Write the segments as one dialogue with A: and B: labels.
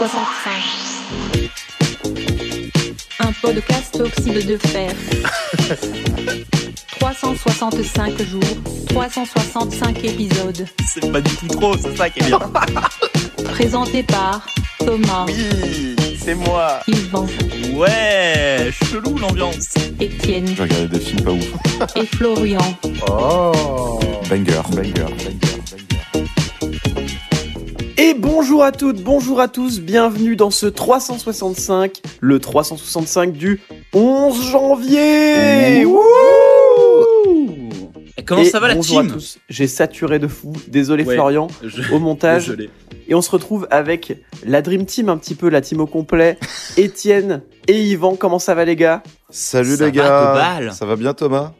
A: 365. Un podcast oxyde de fer. 365 jours, 365 épisodes.
B: C'est pas du tout trop, c'est ça qui est bien.
A: Présenté par Thomas,
B: Oui, c'est moi.
A: Yvan,
B: Ouais, chelou l'ambiance.
A: Étienne
C: J'ai regardé des films pas ouf.
A: et Florian.
C: Banger, banger, banger, banger.
D: Et bonjour à toutes, bonjour à tous, bienvenue dans ce 365, le 365 du 11 janvier Wouh
B: Et comment
D: Et
B: ça va la
D: bonjour à
B: team
D: tous, j'ai saturé de fou, désolé
B: Ouais.
D: Florian,
B: Je-
D: au montage,
B: Désolé.
D: et on se retrouve avec la Dream Team un petit peu, la team au complet, Étienne et Yvan, comment ça va les gars
C: Salut
B: Ça
C: les
B: va,
C: gars.
B: Tobal
C: ça va bien Thomas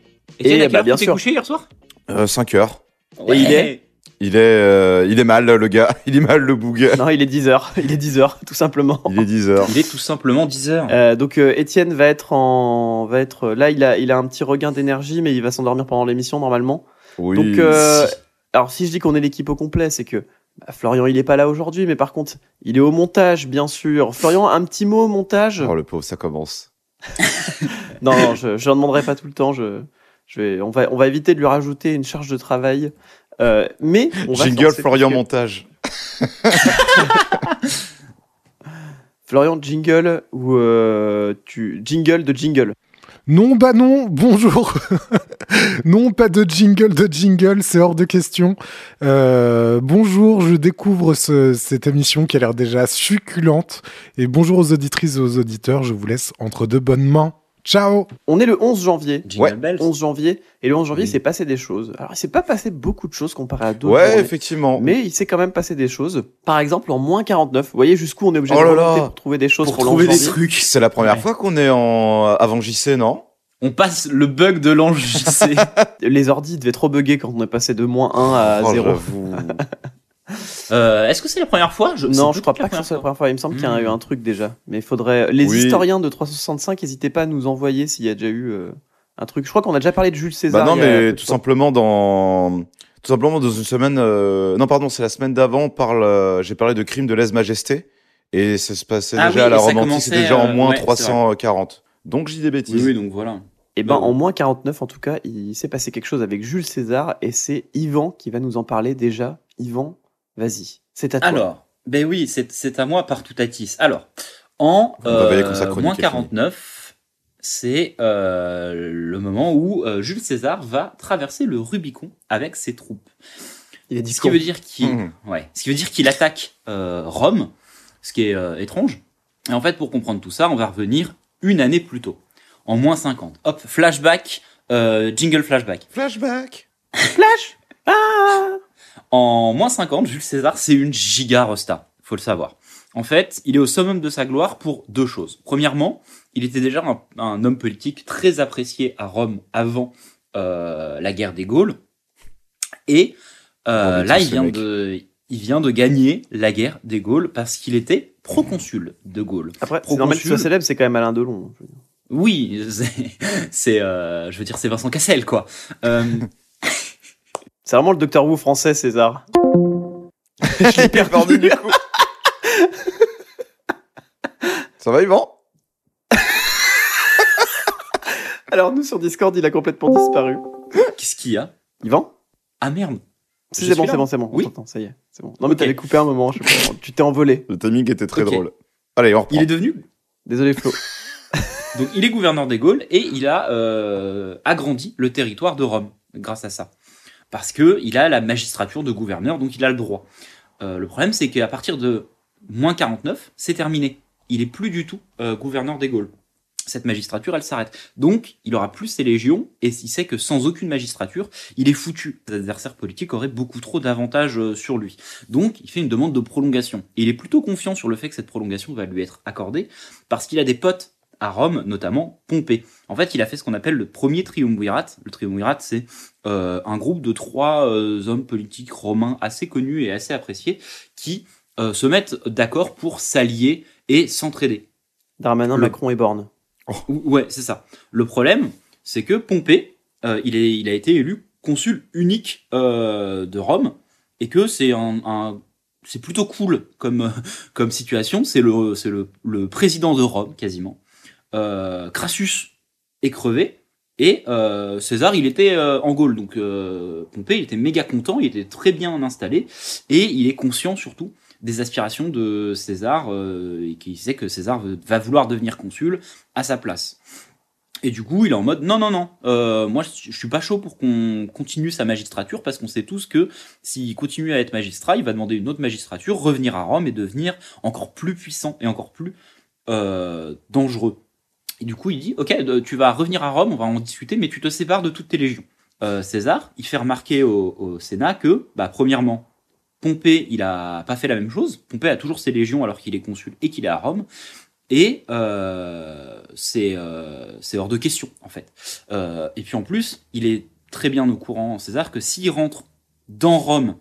B: Etienne,
D: Eh
B: à
D: bah,
B: quelle
D: bien
B: heure tu t'es
D: sûr.
B: couché hein hier soir
C: 5 Euh, heures.
D: Et il est
C: Il est, euh, il est mal le gars, il est mal le boug.
D: Non, il est 10h, il est 10h, tout simplement
C: Il est 10 heures.
B: Il est tout simplement 10h.
D: Euh, donc euh, Étienne va être en va être là il a il a un petit regain d'énergie mais il va s'endormir pendant l'émission normalement.
C: Oui.
D: donc euh,
C: si.
D: alors si je dis qu'on est l'équipe au complet c'est que bah, Florian il est pas là aujourd'hui mais par contre il est au montage bien sûr. Florian un petit mot au montage
C: Oh le pauvre, ça commence.
D: Non non je je n'en demanderai pas tout le temps je je vais on va on va éviter de lui rajouter une charge de travail. Euh, mais on va
C: Jingle
D: forcer-
C: Florian
D: parce que-
C: montage.
D: Florian jingle ou euh, tu jingle de jingle.
E: Non, bah non, bonjour. non, pas de jingle, de jingle, c'est hors de question. Euh, bonjour, je découvre ce- cette émission qui a l'air déjà succulente. Et bonjour aux auditrices et aux auditeurs, je vous laisse entre deux bonnes mains. Ciao
D: On est le 11 janvier.
B: Jingle bells.
D: 11 janvier. Et le 11 janvier,
C: Oui.
D: il s'est passé des choses. Alors, il s'est pas passé beaucoup de choses comparé à d'autres.
C: Ouais,
D: journées,
C: effectivement.
D: mais il s'est quand même passé des choses. Par exemple, en moins 49, vous voyez jusqu'où on est obligé
C: Oh
D: de
C: là là.
D: remonter pour trouver des choses
B: Pour
D: pour, l'an
B: trouver des
D: janvier.
B: trucs.
C: C'est la première
B: Ouais.
C: fois qu'on est en avant JC, non
B: On passe le bug de l'ange JC.
D: Les ordis devaient trop bugger quand on est passé de moins 1 à
C: Oh,
D: 0.
C: j'avoue.
B: Euh, Est-ce que c'est la première fois je...
D: Non,
B: c'est
D: je crois
B: peut-être
D: pas que ce soit la
B: fois.
D: première fois. Il me semble qu'il y a eu
B: Hmm.
D: un truc déjà. Mais faudrait. Les
C: Oui.
D: historiens de 365, n'hésitez pas à nous envoyer s'il y a déjà eu euh, un truc. Je crois qu'on a déjà parlé de Jules César.
C: Bah non,
D: il y a peu
C: mais
D: de
C: tout
D: temps.
C: simplement dans tout simplement dans une semaine. euh, Non, pardon, c'est la semaine d'avant. on Parle, euh, j'ai parlé de crime de lèse-majesté et ça se passait
B: Ah
C: déjà
B: oui,
C: à la
B: et ça
C: romantique. C'était
B: commençait,
C: déjà en
B: euh,
C: moins
B: ouais, c'est
C: 340. Donc j'ai des bêtises.
B: Oui, oui, donc voilà.
D: Eh ben,
B: Bah
D: en
B: oui.
D: moins 49, en tout cas, il s'est passé quelque chose avec Jules César et c'est Yvan qui va nous en parler déjà. Yvan, vas-y, c'est à toi.
B: Alors, ben oui, c'est c'est à moi par Toutatis. Alors, en
C: On va veiller comme ça,
B: euh,
C: chronique
B: moins
C: est finie.
B: 49, c'est euh, le moment où euh, Jules César va traverser le Rubicon avec ses troupes.
D: il est
B: Ce qui veut dire qu'il
C: Mhm.
B: ouais, ce qui veut dire qu'il attaque euh, Rome, ce qui est euh, étrange. Et en fait, pour comprendre tout ça, on va revenir une année plus tôt, en moins 50. Hop, flashback, euh, jingle flashback.
C: Flashback.
D: Flash
B: En moins 50, Jules César, c'est une giga resta, faut le savoir. En fait, il est au summum de sa gloire pour deux choses. Premièrement, il était déjà un, un homme politique très apprécié à Rome avant euh, la guerre des Gaules. Et euh,
C: On est
B: là,
C: tous
B: il
C: les
B: vient,
C: mecs.
B: de, il vient de gagner la guerre des Gaules parce qu'il était proconsul de Gaule.
D: Après, c'est normal que ce soit
B: Proconsul.
D: célèbre, c'est quand même Alain Delon. je veux dire.
B: Oui, c'est- c'est, euh, je veux dire, c'est Vincent Cassel, quoi. Euh,
D: C'est vraiment le Docteur Who français, César.
C: Il est perdu, du coup. Ça va, Yvan
D: Alors, nous, sur Discord, il a complètement disparu.
B: Qu'est-ce qu'il y a
D: Yvan
B: Ah merde
D: Si,
B: Je
D: c'est
B: suis
D: bon,
B: là.
D: c'est bon, c'est bon. on
B: Oui.
D: t'entend, ça y est, c'est bon. Non, mais
B: Ok.
D: t'avais coupé un moment, je sais pas. Tu t'es envolé.
C: Le timing était très
B: Ok.
C: drôle. Allez, on
B: Il
C: reprend.
B: est devenu
D: Désolé, Flo.
B: Donc il est gouverneur des Gaules et il a euh, agrandi le territoire de Rome grâce à ça. Parce que il a la magistrature de gouverneur, donc il a le droit. Euh, le problème, c'est qu'à partir de moins 49, c'est terminé. Il est plus du tout euh, gouverneur des Gaules. Cette magistrature, elle s'arrête. Donc, il aura plus ses légions, et il sait que sans aucune magistrature, il est foutu. Ses adversaires politiques auraient beaucoup trop d'avantages euh, sur lui. Donc, il fait une demande de prolongation. Et il est plutôt confiant sur le fait que cette prolongation va lui être accordée, parce qu'il a des potes à Rome, notamment Pompée. En fait, il a fait ce qu'on appelle le premier triumvirat. Le triumvirat, c'est euh, un groupe de trois euh, hommes politiques romains assez connus et assez appréciés qui euh, se mettent d'accord pour s'allier et s'entraider.
D: Darmanin,
B: Le-
D: Macron et Borne.
B: Ou- Ouais, c'est ça. Le problème, c'est que Pompée, euh, il, est, il a été élu consul unique euh, de Rome et que c'est un, un c'est plutôt cool comme, comme situation. C'est le, c'est le, le président de Rome, quasiment. Euh, Crassus est crevé. Et euh, César, il était euh, en Gaule. Donc euh, Pompée, il était méga content. Il était très bien installé. Et il est conscient, surtout, des aspirations de César. euh, et qu'il sait que César veut- va vouloir devenir consul à sa place. Et du coup, il est en mode non, non, non. euh, moi, je je suis pas chaud pour qu'on continue sa magistrature parce qu'on sait tous que s'il continue à être magistrat, il va demander une autre magistrature, revenir à Rome et devenir encore plus puissant et encore plus euh, dangereux. Et du coup, il dit Ok, de- tu vas revenir à Rome, on va en discuter, mais tu te sépares de toutes tes légions. Euh, César, il fait remarquer au, au Sénat que, bah, premièrement, Pompée, il a pas fait la même chose. Pompée a toujours ses légions alors qu'il est consul et qu'il est à Rome. Et euh, c'est euh, c'est hors de question, en fait. Euh, et puis en plus, il est très bien au courant, César, que s'il rentre dans Rome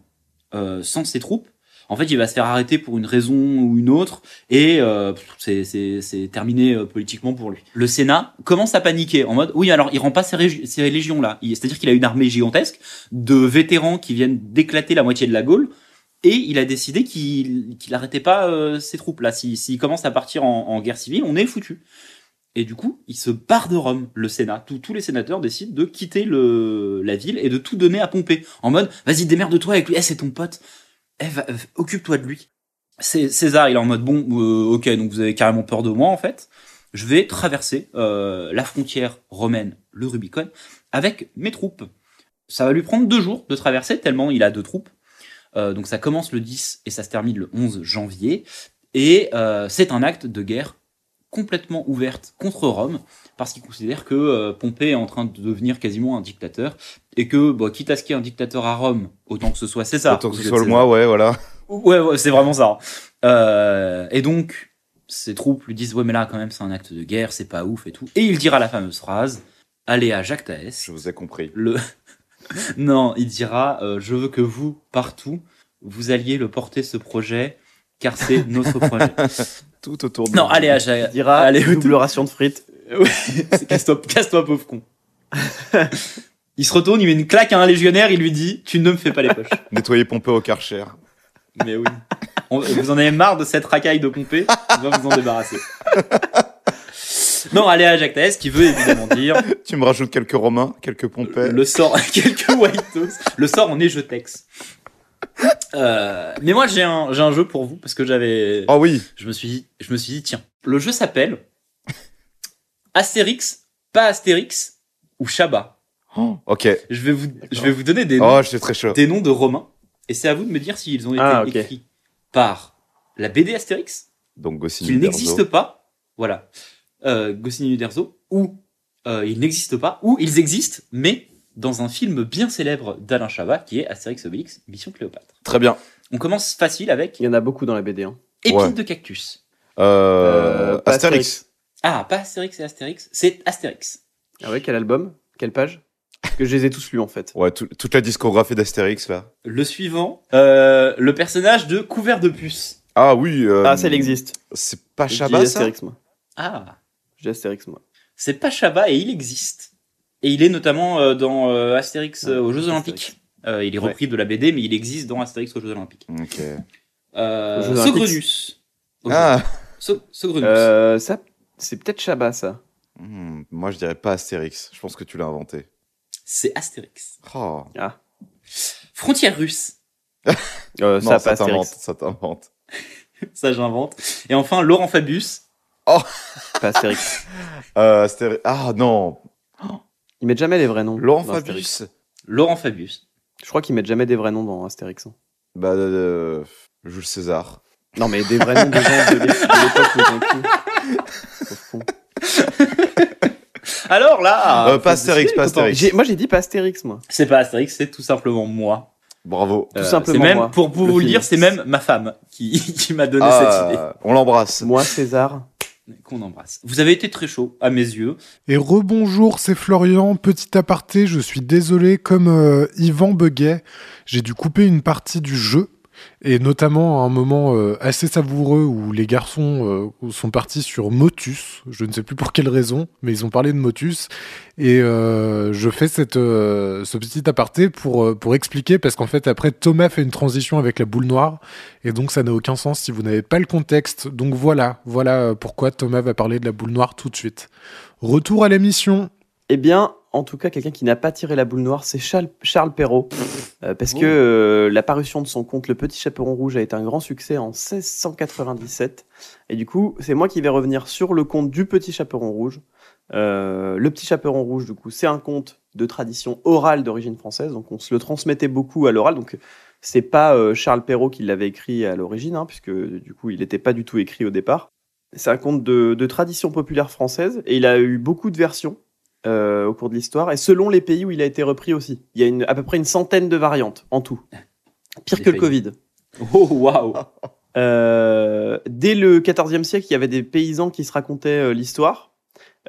B: euh, sans ses troupes, en fait, il va se faire arrêter pour une raison ou une autre, et euh, pff, c'est- c'est c'est terminé euh, politiquement pour lui. Le Sénat commence à paniquer en mode oui, alors il rend pas ces, régi- ces légions là, Il- c'est-à-dire qu'il a une armée gigantesque de vétérans qui viennent d'éclater la moitié de la Gaule, et il a décidé qu'il qu'il arrêtait pas euh, ses troupes là. S'il s'il commence à partir en, en guerre civile, on est foutu. Et du coup, il se barre de Rome, le Sénat. Tous- tous les sénateurs décident de quitter le, la ville et de tout donner à Pompée. En mode, vas-y, démerde-toi avec lui. Eh, c'est ton pote. Eh, va- euh, occupe-toi de lui. Cé- César, il est en mode bon, euh, ok, donc vous avez carrément peur de moi en fait. Je vais traverser euh, la frontière romaine, le Rubicon, avec mes troupes. Ça va lui prendre deux jours de traverser tellement il a deux troupes. Euh, donc ça commence le 10 et ça se termine le 11 janvier. Et euh, c'est un acte de guerre complètement ouverte contre Rome parce qu'il considère que euh, Pompée est en train de devenir quasiment un dictateur et que bah, quitte à ce qu'il y ait un dictateur à Rome, autant que ce soit César.
C: Autant que ce
B: Vous êtes
C: soit le
B: César.
C: moi, ouais, voilà.
B: Ouais, ouais, c'est vraiment ça. Euh, et donc, ses troupes lui disent Ouais, mais là, quand même, c'est un acte de guerre, c'est pas ouf et tout. Et il dira la fameuse phrase Allez à Jacques Taès.
C: Je vous ai compris.
B: Le... non, il dira euh, Je veux que vous, partout, vous alliez le porter ce projet, car c'est notre projet.
C: Tout autour de
B: non,
C: nous.
B: allez à Jacques.
D: Il dira
B: Allez,
D: double ration de frites.
B: C'est Casse-toi, casse-toi, pauvre con. il se retourne, il met une claque à un légionnaire, il lui dit Tu ne me fais pas les poches.
C: Nettoyer Pompée au Karcher.
B: Mais oui. On- vous en avez marre de cette racaille de Pompée On va vous en débarrasser. Non, allez à Jacques Taès, qui veut évidemment dire
C: Tu me rajoutes quelques Romains, quelques Pompées.
B: le sort, quelques whiteos, le sort en est jetex. Euh, mais moi j'ai un, j'ai un jeu pour vous parce que j'avais,
C: Ah oui,
B: je me suis dit, je me suis dit tiens, le jeu s'appelle Astérix, pas Astérix ou Shabba.
C: ok.
B: Je vais vous, je vais vous donner des noms,
C: Oh, j'étais très chaud.
B: des noms de romains et c'est à vous de me dire s'ils ont été
D: Ah, ok.
B: écrits par la BD Astérix,
C: Donc Goscinny.
B: qu'il
C: Uderzo.
B: n'existe pas, voilà, euh, Goscinny Uderzo, ou euh, ils n'existent pas, ou ils existent, mais dans un film bien célèbre d'Alain Chabat qui est Astérix Obélix, Mission Cléopâtre.
C: Très bien.
B: On commence facile avec
D: Il y en a beaucoup dans la BD. Hein.
B: Épine
C: Ouais.
B: de cactus.
C: Euh,
D: Euh, pas
C: Astérix.
B: Ah, pas Astérix et Astérix, c'est Astérix.
D: Ah ouais, quel album Quelle page Parce que je les ai tous lus en fait.
C: Ouais, tout- toute la discographie d'Astérix là.
B: Le suivant, euh, le personnage de couvert de puce.
C: Ah oui. euh,
D: Ah, ça, elle existe.
C: C'est pas
D: J'ai
C: Chabat ça
D: Astérix, moi.
B: Ah,
D: J'ai Astérix, moi.
B: c'est pas Chabat et il existe. Et il est notamment euh, dans euh, Astérix euh, aux Jeux
D: Astérix.
B: Olympiques. Euh, il est
D: Ouais.
B: repris de la BD, mais il existe dans Astérix aux Jeux Olympiques.
C: Ok.
B: Euh,
D: Aux Jeux Olympiques.
B: Saugrenus. Aux
C: Ah.
B: So- Sogrenus.
D: Euh, ça, c'est peut-être Chabat, ça.
C: Hmm, moi je dirais pas Astérix. Je pense que tu l'as inventé.
B: C'est Astérix.
C: Oh.
B: Frontière russe.
C: Non,
D: Euh, ça, pas
C: ça t'invente.
D: Astérix.
C: Ça t'invente.
B: Ça, j'invente. Et enfin, Laurent Fabius.
D: Pas Astérix.
C: Euh, Astérix. Ah non.
D: Ils mettent jamais les vrais noms.
C: Laurent
D: dans Astérix.
C: Fabius.
B: Laurent Fabius.
D: Je crois qu'ils mettent jamais des vrais noms dans Astérix. hein.
C: Bah, euh, Jules César.
D: Non, mais des vrais noms des gens de l'é- de l'époque. où ils ont cru. Au fond.
B: Alors là.
C: Euh, pas
B: faut
C: Astérix,
B: décider,
C: pas
B: les copains.
C: Astérix.
D: J'ai- Moi, j'ai dit pas Astérix, moi.
B: C'est pas Astérix, c'est tout simplement moi. Euh,
C: Bravo.
D: Tout simplement
B: c'est même,
D: moi.
B: Pour vous
D: Le
B: vous le
D: film.
B: dire, c'est même ma femme qui, qui m'a donné cette idée.
C: Ah, on l'embrasse.
D: Moi, César.
B: Qu'on embrasse. Vous avez été très chaud, à mes yeux.
E: Et rebonjour, c'est Florian. Petit aparté, je suis désolé, comme euh, Yvan buguait, j'ai dû couper une partie du jeu. Et notamment à un moment euh, assez savoureux où les garçons euh, sont partis sur Motus. Je ne sais plus pour quelle raison, mais ils ont parlé de Motus. Et euh, je fais cette, euh, ce petit aparté pour, euh, pour expliquer, parce qu'en fait, après, Thomas fait une transition avec la boule noire. Et donc, ça n'a aucun sens si vous n'avez pas le contexte. Donc voilà, voilà pourquoi Thomas va parler de la boule noire tout de suite. Retour à l'émission.
D: Eh bien, en tout cas, quelqu'un qui n'a pas tiré la boule noire, c'est Charles, Charles Perrault. Euh, parce
B: Oh.
D: que euh, la parution de son conte Le Petit Chaperon Rouge a été un grand succès en 1697. Et du coup, c'est moi qui vais revenir sur le conte du Petit Chaperon Rouge. Euh, le Petit Chaperon Rouge, du coup, c'est un conte de tradition orale d'origine française. Donc, on se le transmettait beaucoup à l'oral. Donc, c'est pas euh, Charles Perrault qui l'avait écrit à l'origine, hein, puisque du coup, il n'était pas du tout écrit au départ. C'est un conte de, de tradition populaire française et il a eu beaucoup de versions euh, au cours de l'histoire, et selon les pays où il a été repris aussi. Il y a une, à peu près une centaine de variantes en tout. Pire
B: J'ai
D: que le
B: failli.
D: Covid.
B: Oh, waouh
D: Euh, dès le XIVe siècle, il y avait des paysans qui se racontaient euh, l'histoire.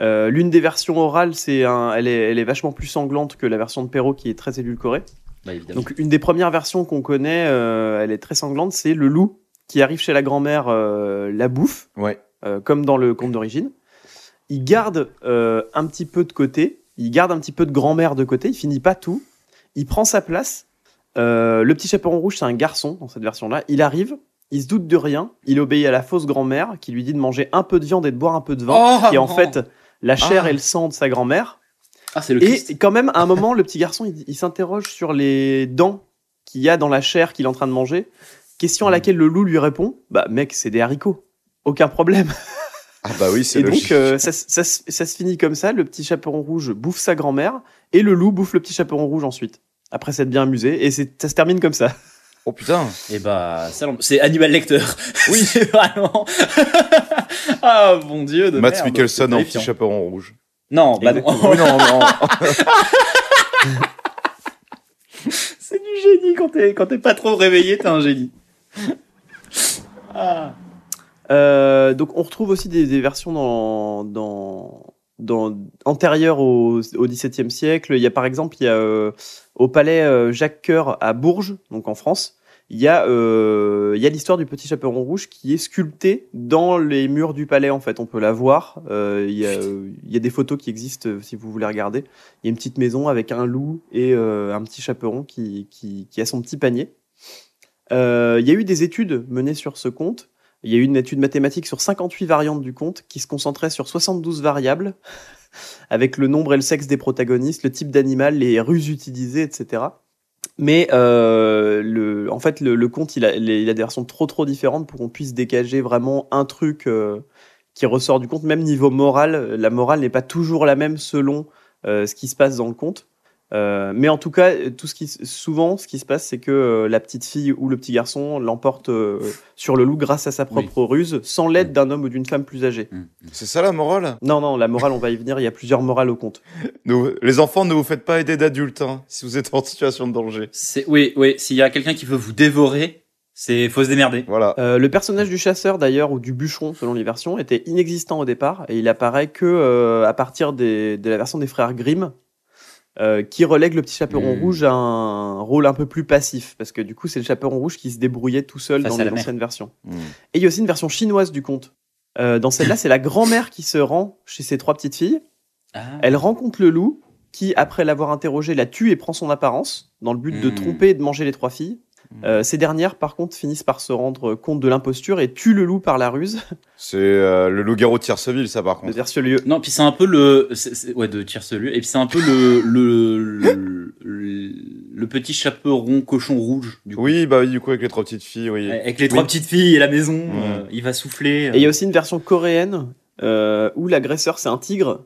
D: Euh, L'une des versions orales, c'est un, elle, est, elle est vachement plus sanglante que la version de Perrault qui est très édulcorée.
B: Bah, évidemment.
D: Donc une des premières versions qu'on connaît, euh, elle est très sanglante, c'est le loup qui arrive chez la grand-mère, euh, la bouffe,
C: Ouais.
D: euh, comme dans le conte d'origine. Il garde euh, un petit peu de côté, il garde un petit peu de grand-mère de côté, il finit pas tout, il prend sa place. Euh, le petit chaperon rouge, c'est un garçon dans cette version-là. Il arrive, il se doute de rien, il obéit à la fausse grand-mère qui lui dit de manger un peu de viande et de boire un peu de vin,
B: Oh,
D: qui est en
B: non.
D: fait la chair
B: Ah.
D: et le sang de sa grand-mère.
B: Ah, c'est le Christ.
D: Et quand même, à un moment, le petit garçon, il, il s'interroge sur les dents qu'il y a dans la chair qu'il est en train de manger. Question
C: Hmm.
D: à laquelle le loup lui répond Bah, mec, c'est des haricots. Aucun problème.
C: Ah bah oui, c'est
D: Et
C: logique.
D: donc, euh, ça, se- ça se- ça se finit comme ça. Le petit chaperon rouge bouffe sa grand-mère et le loup bouffe le petit chaperon rouge ensuite. Après s'être bien amusé. Et c'est- ça se termine comme ça.
C: Oh putain.
B: Et bah, ça, l'en- c'est Animal Lecteur. Oui, c'est vraiment. ah, mon dieu. De
C: Matt
B: merde,
C: Mikkelsen
B: c'est
C: en
B: terrifiant.
C: petit chaperon rouge.
B: Non, bah non.
C: Oui, non, non.
B: c'est du génie quand t'es, quand t'es pas trop réveillé, t'es un génie. Ah.
D: Euh, donc, on retrouve aussi des, des versions dans, dans, dans, antérieures au, au XVIIe siècle. Il y a par exemple, il y a, euh, au palais euh, Jacques Coeur à Bourges, donc en France, il y a, euh, il y a l'histoire du petit chaperon rouge qui est sculpté dans les murs du palais. En fait, on peut la voir. Euh, il, y a, euh, il y a des photos qui existent euh, si vous voulez regarder. Il y a une petite maison avec un loup et euh, un petit chaperon qui, qui, qui a son petit panier. Euh, il y a eu des études menées sur ce conte. Il y a eu une étude mathématique sur 58 variantes du conte qui se concentrait sur 72 variables, avec le nombre et le sexe des protagonistes, le type d'animal, les ruses utilisées, etc. Mais euh, le, en fait, le, le conte, il a, les- il a des versions trop trop différentes pour qu'on puisse dégager vraiment un truc euh, qui ressort du conte. Même niveau moral, la morale n'est pas toujours la même selon euh, ce qui se passe dans le conte. Euh, mais en tout cas, tout ce qui, s- souvent, ce qui se passe, c'est que euh, la petite fille ou le petit garçon l'emporte euh, sur le loup grâce à sa propre ruse, sans l'aide d'un homme ou d'une femme plus âgée.
C: C'est ça la morale
D: Non, non, la morale, on va y venir. Il y a plusieurs morales au conte.
C: Ne- Les enfants, ne vous faites pas aider d'adultes hein, si vous êtes en situation de danger.
B: C'est, oui, oui, s'il y a quelqu'un qui veut vous dévorer, c'est, faut se démerder.
C: Voilà.
D: Euh, le personnage du chasseur d'ailleurs ou du bûcheron selon les versions était inexistant au départ et il apparaît que euh, à partir des- de la version des frères Grimm euh, qui relègue le petit chaperon
B: Mm.
D: rouge à un rôle un peu plus passif parce que du coup c'est le chaperon rouge qui se débrouillait tout seul
B: Face
D: dans
B: à
D: les
B: la mer.
D: anciennes versions.
C: Mm.
D: Et il y a aussi une version chinoise du conte. Euh, dans celle-là c'est la grand-mère qui se rend chez ses trois petites filles
B: Ah.
D: elle rencontre le loup qui, après l'avoir interrogé, la tue et prend son apparence dans le but de
B: Hmm.
D: tromper et de manger les trois filles. Euh, ces dernières, par contre, finissent par se rendre compte de l'imposture et tuent le loup par la ruse
C: C'est euh, le loup-garou de Tierceville, ça par
D: de
C: contre.
D: Dercelieu.
B: Non, puis c'est un peu le. c'est- c'est- ouais, de tire celui. Et puis c'est un peu le. Le, le, le- le petit chaperon cochon rouge, du coup.
C: Oui, bah oui, du coup, avec les trois petites filles, oui.
B: Avec les trois petites filles et la maison,
C: Ouais.
B: euh, il va souffler. euh.
D: Et il y a aussi une version coréenne euh, où l'agresseur, c'est un tigre.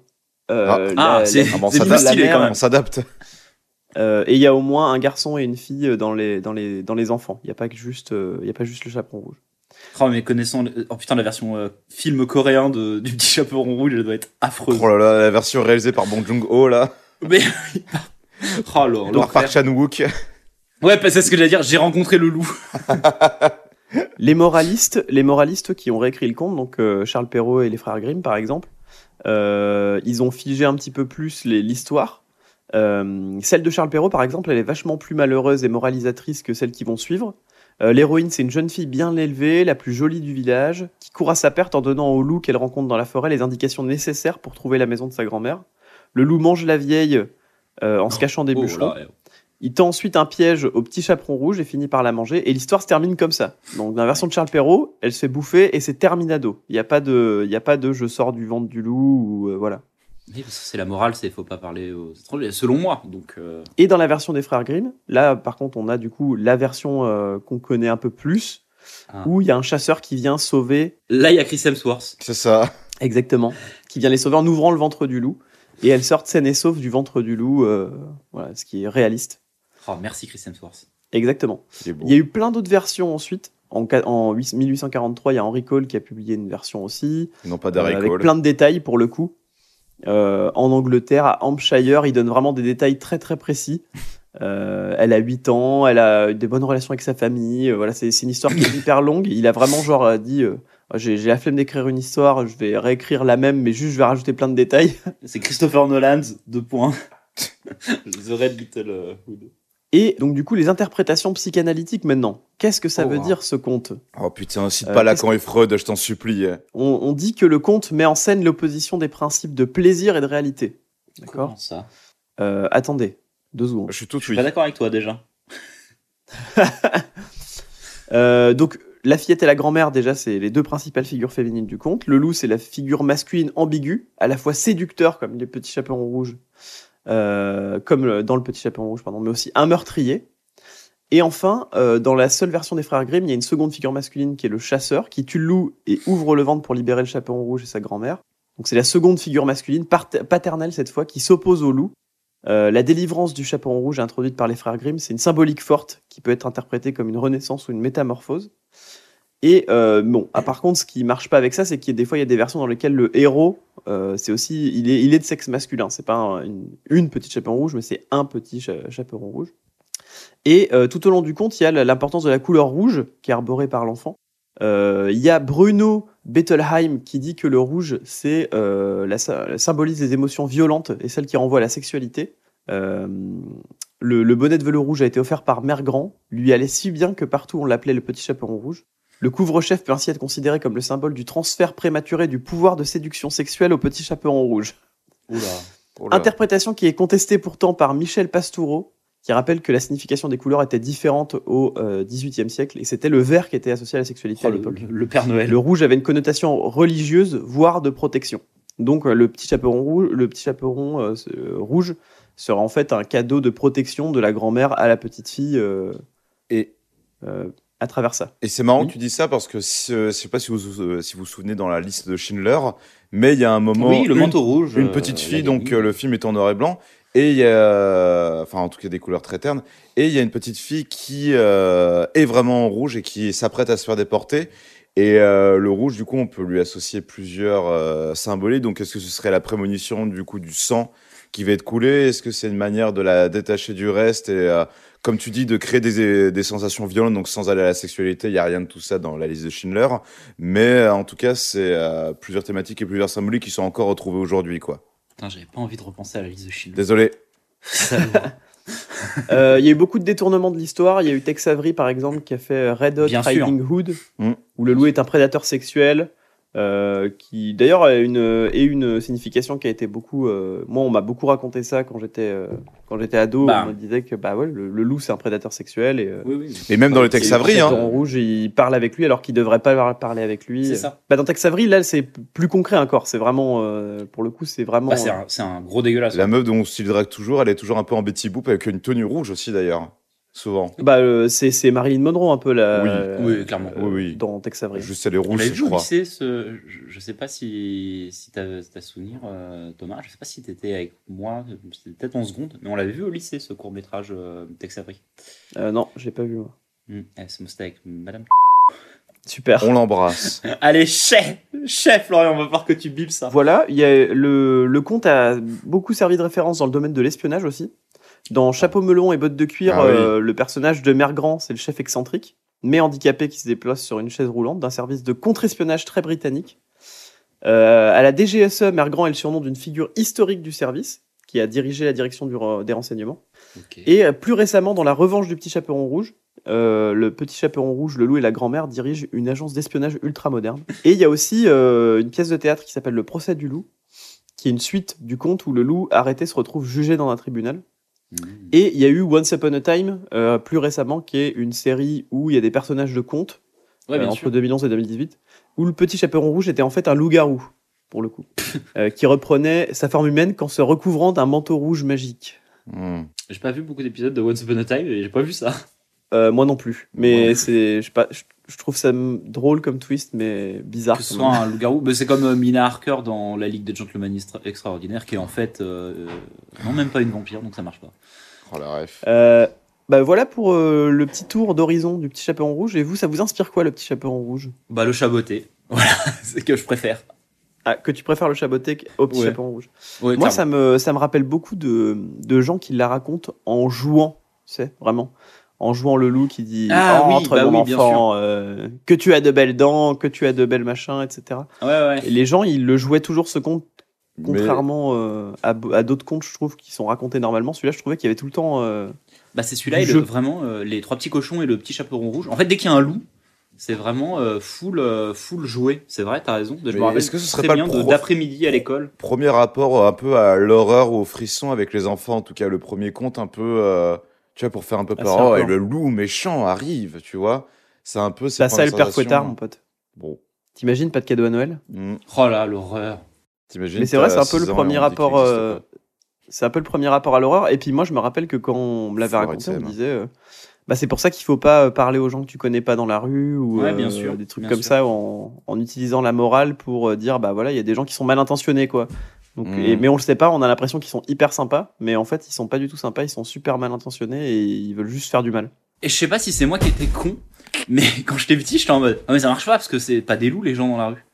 D: Euh,
B: Ah,
D: la-
B: c'est
D: la-
C: Ah, bon,
B: c'est
C: ça
B: plus
C: date,
D: la
B: stylé
D: mer,
B: quand même.
C: On s'adapte.
D: euh, et il y a au moins un garçon et une fille dans les, dans les, dans les enfants. Il n'y a, pas que juste, euh, il y a pas juste le chaperon rouge.
B: Oh, mais connaissant. le- Oh putain, la version euh, film coréen de, du petit chaperon rouge, elle doit être affreuse.
C: Oh là là, la version réalisée par Bong Joon-ho, là.
B: Mais. oh là,
C: Par Park
B: l'enfer.
C: Chan-wook.
B: Ouais, parce que c'est ce que j'allais dire, j'ai rencontré le loup.
D: Les moralistes, les moralistes qui ont réécrit le conte, donc euh, Charles Perrault et les frères Grimm par exemple, euh, ils ont figé un petit peu plus les- l'histoire. Euh, celle de Charles Perrault par exemple, elle est vachement plus malheureuse et moralisatrice que celles qui vont suivre. Euh, L'héroïne, c'est une jeune fille bien élevée, la plus jolie du village, qui court à sa perte en donnant au loup qu'elle rencontre dans la forêt les indications nécessaires pour trouver la maison de sa grand-mère. Le loup mange la vieille euh, en se cachant des
B: Oh
D: bûcherons.
B: là, eh.
D: Il tend ensuite un piège au petit chaperon rouge et finit par la manger. Et l'histoire se termine comme ça. Donc, dans la version de Charles Perrault, elle se fait bouffer et c'est terminado. Il n'y a pas de, il y a pas de je sors du ventre du loup ou euh, voilà.
B: Oui, parce que c'est la morale, c'est faut pas parler aux étrangers, selon moi. Donc, euh,
D: Et dans la version des frères Grimm, là, par contre, on a du coup la version euh, qu'on connaît un peu plus,
B: Ah.
D: où il y a un chasseur qui vient sauver,
B: là, il y a Chris Hemsworth.
C: C'est ça.
D: exactement, qui vient les sauver en ouvrant le ventre du loup. Et elle sort saine et sauve du ventre du loup, euh, voilà, ce qui est réaliste.
B: Oh, merci Chris Hemsworth.
D: Exactement.
C: Il est beau.
D: Il y a eu plein d'autres versions ensuite. En, ca- en huit- 1843, il y a Henry Cole qui a publié une version aussi,
C: Non pas
D: euh,
C: d'Harry
D: avec
C: Cole.
D: plein de détails pour le coup. Euh, en Angleterre, à Hampshire, il donne vraiment des détails très très précis. Euh, elle a 8 ans, elle a des bonnes relations avec sa famille. euh, voilà, c'est c'est une histoire qui est hyper longue. Il a vraiment genre euh, dit euh, j'ai j'ai la flemme d'écrire une histoire, je vais réécrire la même, mais juste je vais rajouter plein de détails.
B: C'est Christopher Nolan, deux points. The Red Little euh, Hood.
D: Et donc du coup, les interprétations psychanalytiques maintenant. Qu'est-ce que ça
B: Oh,
D: veut
B: wow.
D: dire ce conte
C: Oh putain, cite
D: Euh,
C: pas
D: qu'est-ce
C: Lacan et Freud, E je t'en supplie.
D: on, on dit que le conte met en scène l'opposition des principes de plaisir et de réalité. D'accord
B: Comment ça.
D: Euh, Attendez, deux secondes.
C: Je suis tout
B: Je suis
C: oui.
B: pas d'accord avec toi déjà.
D: Euh, donc, la fillette et la grand-mère, déjà, c'est les deux principales figures féminines du conte. Le loup, c'est la figure masculine ambiguë, à la fois séducteur, comme les petits chaperons rouges, euh, comme euh, dans le petit chaperon rouge, pardon, mais aussi un meurtrier. Et enfin, euh, dans la seule version des frères Grimm, il y a une seconde figure masculine qui est le chasseur, qui tue le loup et ouvre le ventre pour libérer le chaperon rouge et sa grand-mère. Donc c'est la seconde figure masculine, part- paternelle cette fois, qui s'oppose au loup. Euh, la délivrance du chaperon rouge introduite par les frères Grimm, c'est une symbolique forte qui peut être interprétée comme une renaissance ou une métamorphose. Et euh, bon, ah, par contre, ce qui marche pas avec ça, c'est qu'il y a des fois il y a des versions dans lesquelles le héros, euh, c'est aussi, il est, il est de sexe masculin. C'est pas un- une, une petite chaperon rouge, mais c'est un petit cha- chaperon rouge. Et euh, tout au long du conte, il y a la- l'importance de la couleur rouge qui est arborée par l'enfant. Euh, Il y a Bruno Bettelheim qui dit que le rouge, c'est euh, la, sy- symbolise les émotions violentes et celles qui renvoient à la sexualité. Euh, le, le bonnet de velours rouge a été offert par Mère Grand, lui allait si bien que partout on l'appelait le petit chaperon rouge. Le couvre-chef peut ainsi être considéré comme le symbole du transfert prématuré du pouvoir de séduction sexuelle au petit chaperon rouge.
B: Oula.
C: Oh là.
D: Interprétation qui est contestée pourtant par Michel Pastoureau, qui rappelle que la signification des couleurs était différente au XVIIIe siècle et c'était le vert qui était associé à la sexualité
B: Oh,
D: à
B: le,
D: l'époque.
B: le- le Père Noël.
D: Le rouge avait une connotation religieuse, voire de protection. Donc euh, le petit chaperon rouge, le petit chaperon euh, ce- euh, rouge sera en fait un cadeau de protection de la grand-mère à la petite fille euh,
C: Et,
D: euh, à travers ça.
C: et c'est marrant
D: Oui.
C: que tu dis ça parce que si- euh, je sais pas si vous vous- euh, si vous vous souvenez dans la liste de Schindler, mais il y a un moment
B: oui, le
C: une-
B: manteau rouge.
C: une
B: euh,
C: petite
B: la
C: fille,
B: gamine.
C: donc euh, le film est en noir et blanc, et il y a, enfin en tout cas des couleurs très ternes, et il y a une petite fille qui euh, est vraiment en rouge et qui s'apprête à se faire déporter. Et euh, le rouge, du coup, on peut lui associer plusieurs euh, symboliques. Donc, est-ce que ce serait la prémonition du coup du sang qui va être coulé Est-ce que c'est une manière de la détacher du reste et, euh, comme tu dis, de créer des, des sensations violentes, donc sans aller à la sexualité, il y a rien de tout ça dans la liste de Schindler. Mais euh, en tout cas, c'est euh, plusieurs thématiques et plusieurs symboliques qui sont encore retrouvées aujourd'hui, quoi.
B: Putain, j'avais pas envie de repenser à la liste de Chine.
C: Désolé.
D: Euh, Il y a eu beaucoup de détournements de l'histoire. Il y a eu Tex Avery par exemple qui a fait euh, Red Hot
B: Bien sûr.
D: Riding Hood,
C: Mm.
D: où le loup est un prédateur sexuel. euh, qui d'ailleurs a une et une signification qui a été beaucoup euh, moi on m'a beaucoup raconté ça quand j'étais euh, quand j'étais ado
B: Bah.
D: on me disait que bah ouais le, le loup c'est un prédateur sexuel et euh,
B: Oui, oui.
C: Et même dans le Tex
D: C'est
C: Avery,
D: le
C: hein.
D: chaperon rouge, il parle avec lui alors qu'il devrait pas leur parler avec lui.
B: C'est ça.
D: Bah, dans Tex Avery, là, c'est p- plus concret encore. C'est vraiment, euh, pour le coup, c'est vraiment.
B: Bah, c'est un, c'est un gros dégueulasse.
C: La meuf dont on se drague toujours, elle est toujours un peu en Betty Boop avec une tenue rouge aussi d'ailleurs. Souvent.
D: Bah, euh, c'est c'est Marilyn Monroe un peu la.
C: Oui,
B: oui, clairement.
C: Oui, oui.
D: Dans Tex Avery.
C: Juste elle est
B: On
C: rouge,
B: l'avait
C: je
B: vu au
C: crois.
B: lycée, ce... je je sais pas si, si t'as t'as souvenir, euh, Thomas, je sais pas si t'étais avec moi, c'était peut-être en seconde, mais on l'avait vu au lycée, ce court-métrage euh, Tex Avery.
D: Euh, non, j'ai pas vu. moi.
B: Hmm, eh, c'est- C'était avec Madame. Euh,
D: Super.
C: On l'embrasse.
B: Allez, chef Chef, Florian, on va voir que tu bipes ça.
D: Voilà, il y a le, le conte a beaucoup servi de référence dans le domaine de l'espionnage aussi. Dans Chapeau melon et bottes de cuir,
C: Ah oui.
D: euh, le personnage de Mère Grand, c'est le chef excentrique, mais handicapé qui se déplace sur une chaise roulante d'un service de contre-espionnage très britannique. Euh, à la DGSE, Mère Grand est le surnom d'une figure historique du service qui a dirigé la direction du re- des renseignements.
B: Ok.
D: Et euh, plus récemment, dans La Revanche du Petit Chaperon Rouge, euh, le petit chaperon rouge, le loup et la grand-mère dirigent une agence d'espionnage ultra moderne. Et il y a aussi euh, une pièce de théâtre qui s'appelle Le procès du loup, qui est une suite du conte où le loup arrêté se retrouve jugé dans un tribunal.
B: Mmh.
D: Et il y a eu Once Upon a Time, euh, plus récemment, qui est une série où il y a des personnages de contes
B: Ouais, bien
D: euh, entre
B: sûr.
D: 2011 et 2018, où le petit chaperon rouge était en fait un loup-garou, pour le coup, euh, qui reprenait sa forme humaine qu'en se recouvrant d'un manteau rouge magique.
C: Hmm.
B: J'ai pas vu beaucoup d'épisodes de Once Upon a Time et j'ai pas vu ça.
D: Euh, moi non plus, mais
C: Ouais.
D: c'est, je sais pas, je, je trouve ça m- drôle comme twist, mais bizarre.
B: que ce
D: quand
B: soit
D: même.
B: un loup-garou. Mais c'est comme euh, Mina Harker dans La Ligue des Gentlemen Extra- Extraordinaires, qui est en fait. euh, euh, non, même pas une vampire, donc ça marche pas.
C: Oh la ref.
D: Euh, bah voilà pour euh, le petit tour d'horizon du petit chaperon rouge. Et vous, ça vous inspire quoi le petit chaperon rouge
B: Bah, le chaboté. Voilà, c'est que je préfère.
D: ah, Que tu préfères le chaboté au petit
B: Ouais.
D: chaperon rouge
B: Ouais,
D: Moi,
B: clairement.
D: ça me, ça me rappelle beaucoup de, de gens qui la racontent en jouant, tu sais, vraiment. En jouant le loup qui dit
B: Ah oui,
D: Entre,
B: bah
D: mon
B: oui, bien
D: enfant, euh, que tu as de belles dents, que tu as de belles machins, etc.
B: Ouais, ouais.
D: Et les gens, ils le jouaient toujours ce conte,
C: Mais-
D: contrairement euh, à, à d'autres contes, je trouve, qui sont racontés normalement. Celui-là, je trouvais qu'il y avait tout le temps. euh,
B: Bah, c'est celui-là,
D: Du
B: et le-
D: jeu.
B: vraiment, euh, les trois petits cochons et le petit chaperon rouge. En fait, dès qu'il y a un loup, c'est vraiment euh, full, euh, full joué. C'est vrai, t'as raison. Je
C: Mais
B: me rappelle
C: est-ce que ce serait
B: très
C: pas le
B: bien de-
C: prof-
B: d'après-midi à l'école.
C: Premier rapport euh, un peu à l'horreur ou au frisson avec les enfants, en tout cas le premier conte un peu, euh, tu vois, pour faire un peu
D: Ah,
C: peur.
D: c'est un
C: Oh,
D: peu,
C: et
D: hein.
C: le loup méchant arrive, tu vois. C'est un peu.
D: T'as
C: c'est
D: Bah, ça, le père
C: hein.
D: Couettard, mon pote.
C: Bon.
D: T'imagines, pas de cadeau à Noël
C: Hmm.
B: Oh là, l'horreur.
C: T'imagines,
D: Mais c'est vrai,
C: t'as
D: c'est un peu le
C: six ans et on
D: premier
C: dit
D: rapport.
C: qu'il existe,
D: euh,
C: quoi.
D: C'est un peu le premier rapport à l'horreur. Et puis moi, je me rappelle que quand on me l'avait
C: Faut
D: raconté,
C: arrêter,
D: on me
C: hein.
D: disait, euh, bah, c'est pour ça qu'il faut pas euh, parler aux gens que tu connais pas dans la rue ou
B: Ouais,
D: euh,
B: bien sûr,
D: des trucs
B: bien
D: comme
B: sûr.
D: ça en, en utilisant la morale pour euh, dire, bah voilà, il y a des gens qui sont mal intentionnés, quoi. Donc,
C: Mm.
D: et- mais on le sait pas, on a l'impression qu'ils sont hyper sympas, mais en fait, ils sont pas du tout sympas, ils sont super mal intentionnés et ils veulent juste faire du mal.
B: Et je sais pas si c'est moi qui étais con, mais quand j'étais petit, j'étais en mode Ah, mais ça marche pas parce que c'est pas des loups les gens dans la rue.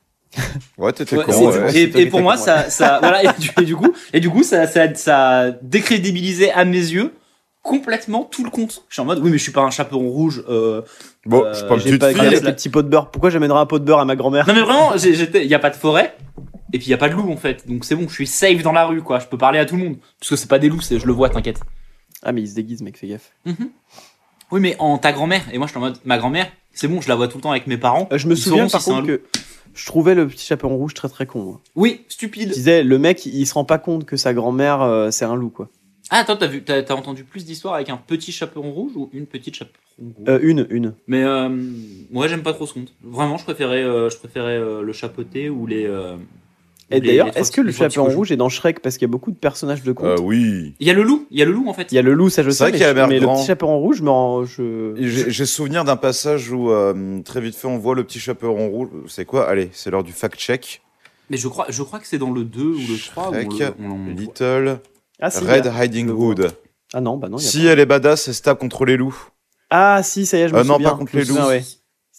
C: Ouais, t'étais
B: Ouais,
C: con.
B: c'est-
C: ouais.
B: et,
D: C'est toi
B: et
D: qui
B: pour
D: étais
B: moi,
D: con,
B: ça, ça, voilà, et du, et du coup, et du coup, ça, ça, ça a décrédibilisé à mes yeux complètement tout le compte. Je suis en mode, oui, mais je suis pas un chaperon rouge. euh.
C: Bon,
B: Euh,
C: je suis pas une
D: J'ai
C: petite
D: pas
C: fille.
B: grave.
D: avec les petits pots de beurre. Pourquoi j'amènerais un pot de beurre à ma grand-mère
B: Non, mais vraiment, j'ai- j'étais, y a pas de forêt, et puis y a pas de loup en fait. Donc c'est bon, je suis safe dans la rue, quoi. Je peux parler à tout le monde, parce que c'est pas des loups, c'est, je le vois, t'inquiète.
D: Ah, mais ils se déguisent, mec, fais gaffe.
B: Oui, mais en ta grand-mère, et moi, je suis en mode, ma grand-mère, c'est bon, je la vois tout le temps avec mes parents.
D: Euh, Je me
B: Ils
D: souviens
B: sauront
D: par
B: si c'est un
D: contre que je trouvais le petit chaperon rouge très très con. moi.
B: Oui,
D: Je
B: stupide.
D: disais, le mec, il se rend pas compte que sa grand-mère, euh, c'est un loup, quoi.
B: Ah, attends, t'as vu, t'as, t'as entendu plus d'histoires avec un petit chaperon rouge ou une petite chaperon rouge
D: Euh, une, une.
B: Mais euh, moi, j'aime pas trop ce compte. Vraiment, je préférais, euh, je préférais euh, le chapeauté ou les. euh, ou
D: Et
B: les- les
D: d'ailleurs,
B: trois
D: est-ce que
B: petits-
D: le
B: les trois petits
D: chaperon
B: cochons.
D: rouge est dans Shrek Parce qu'il y a beaucoup de personnages de contes.
C: Euh, oui.
B: Il y a le loup, il y a le loup en fait.
D: Il y a le loup, ça je
C: C'est
D: sais,
C: vrai
D: mais,
C: qu'il a l'air
D: mais le
C: grand.
D: petit chaperon rouge, je me rends- je...
C: J'ai j'ai souvenir d'un passage où euh, très vite fait on voit le petit chaperon rouge. C'est quoi Allez, c'est l'heure du fact-check.
B: Mais je crois, je crois que c'est dans le 2 ou le 3 où on
C: Shrek,
B: le- on l'en-
C: Little
D: Mmh. Ah, si, il
C: Red
D: y a-
C: Hiding
D: je le vois.
C: Hood.
D: Ah non, bah non. il y a
C: Si elle est badass, elle se tape contre les loups.
D: pas. Ah si, ça y est, je me
C: Euh, non,
D: souviens.
C: pas contre
D: Je me
C: les loups.
D: souviens, Ah ouais.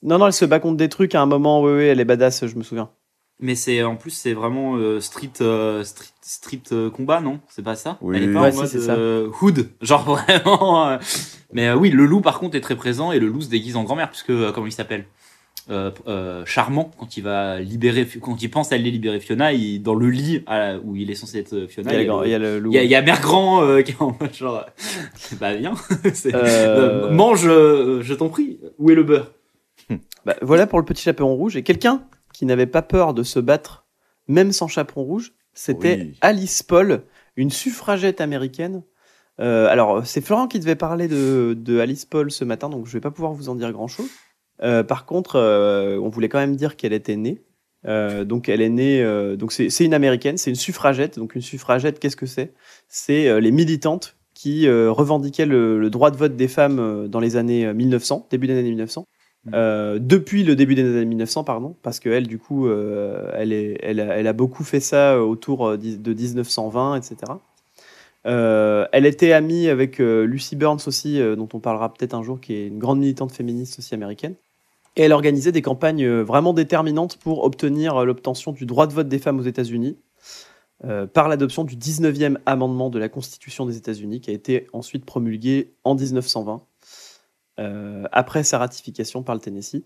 D: Non, non, elle se bat contre des trucs à un moment, oui, oui, elle est badass, je me souviens.
C: Ah,
B: Mais c'est en plus c'est vraiment euh, street, euh, street, street euh, combat non C'est pas ça
C: Oui.
B: Elle est pas
D: Ouais,
B: en
D: si,
B: mode
D: c'est ça.
B: euh, hood, genre vraiment. euh, Mais euh, oui, le loup par contre est très présent et le loup se déguise en grand-mère puisque euh, comment il s'appelle Euh, euh, Charmant quand il va libérer, quand il pense aller libérer Fiona, il, dans le lit à la- où il est censé être euh, Fiona.
D: Il y a,
B: il y a le-
D: le- il y a le loup.
B: Il y, a- il y a Mère Grand euh, qui est en mode genre, euh, bah viens, c'est-
D: Euh,
B: euh, mange, euh, je t'en prie, où est le beurre
D: Bah, voilà pour le petit chaperon rouge. Et quelqu'un qui n'avait pas peur de se battre, même sans chaperon rouge, c'était
C: Oui.
D: Alice Paul, une suffragette américaine. Euh, alors, c'est Florent qui devait parler de, de Alice Paul ce matin, donc je vais pas pouvoir vous en dire grand-chose. Euh, par contre, euh, on voulait quand même dire qu'elle était née. Euh, donc, elle est née. euh, donc, c'est c'est une américaine, c'est une suffragette. Donc, une suffragette, qu'est-ce que c'est C'est euh, les militantes qui euh, revendiquaient le, le droit de vote des femmes euh, dans les années euh, 1900, début des années 1900. Euh, depuis le début des années 1900, pardon, parce qu'elle, du coup, euh, elle, est, elle, a, elle a beaucoup fait ça euh, autour euh, dix- de 1920, etc. Euh, elle était amie avec euh, Lucy Burns aussi, euh, dont on parlera peut-être un jour, qui est une grande militante féministe aussi américaine. Et elle organisait des campagnes euh, vraiment déterminantes pour obtenir euh, l'obtention du droit de vote des femmes aux États-Unis euh, par l'adoption du 19e amendement de la Constitution des États-Unis, qui a été ensuite promulgué en 1920, euh, après sa ratification par le Tennessee.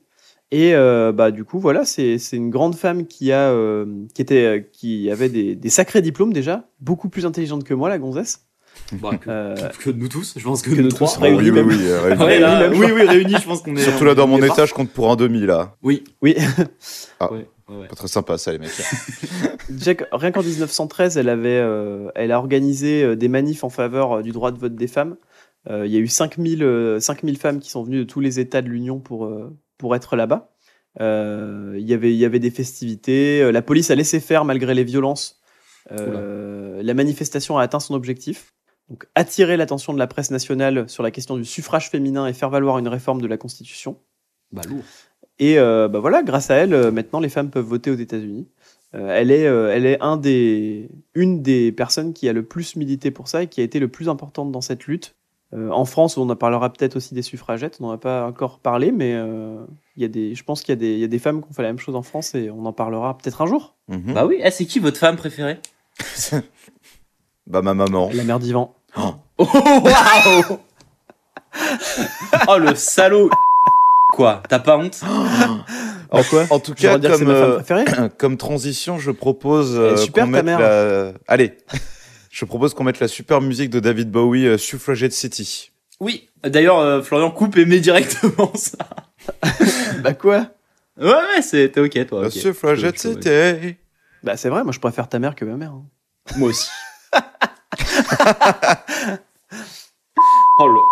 D: Et euh, bah, du coup, voilà, c'est c'est une grande femme qui, a, euh, qui, était, euh, qui avait des, des sacrés diplômes déjà, beaucoup plus intelligente que moi, la gonzesse.
B: Bah, que,
D: Euh,
B: que nous tous, je pense que,
D: que
B: nous
D: nous
B: trois.
D: tous,
C: Ah oui, oui,
D: même.
C: oui, euh, réunis.
B: Ouais, là,
D: Réunis,
B: oui,
D: même.
B: oui, réunis, je pense qu'on est.
C: Surtout
B: on
C: là, dans
B: est
C: mon
B: pas-
C: état, je compte pour un demi, là.
B: Oui.
D: Oui.
C: Ah.
B: Ouais, ouais, ouais.
C: Pas très sympa, ça, les mecs.
D: Jack, rien qu'en 1913, elle, avait, euh, elle a organisé euh, des manifs en faveur euh, du droit de vote des femmes. Euh, il y a eu 5000, euh, 5000 femmes qui sont venues de tous les États de l'Union pour, euh, pour être là-bas. Euh, il, y avait, il y avait des festivités. Euh, La police a laissé faire malgré les violences. Euh, la manifestation a atteint son objectif. Donc, attirer l'attention de la presse nationale sur la question du suffrage féminin et faire valoir une réforme de la Constitution.
B: Bah, lourd.
D: Et euh, bah voilà, grâce à elle, euh, maintenant les femmes peuvent voter aux États-Unis. Euh, elle est, euh, elle est un des, une des personnes qui a le plus milité pour ça et qui a été le plus importante dans cette lutte. Euh, en France, on en parlera peut-être aussi des suffragettes, on n'en a pas encore parlé, mais euh, il y a des, je pense qu'il y, a des- il y a des femmes qui ont fait la même chose en France et on en parlera peut-être un jour.
C: Mhm.
B: Bah oui, eh, c'est qui votre femme préférée
C: Bah, ma maman.
D: La mère d'Ivan.
B: Oh waouh Oh le salaud Quoi T'as pas honte
D: En quoi
C: En tout
D: Je vais
C: cas,
D: dire que c'est
C: comme,
D: ma femme
C: euh,
D: préférée.
C: comme transition, je propose euh,
D: Elle est super,
C: qu'on
D: ta
C: mette
D: mère. hein.
C: la... Allez, je propose qu'on mette la super musique de David Bowie, euh, Suffragette City.
B: Oui, d'ailleurs euh, Florian coupe et met directement ça.
D: Bah quoi
B: Ouais ouais, c'est t'es ok toi.
C: La
B: ok.
C: Euh, Suffragette
B: Je- je-
C: City.
D: Bah c'est vrai, moi je préfère ta mère que ma mère. hein.
B: Moi aussi. oh le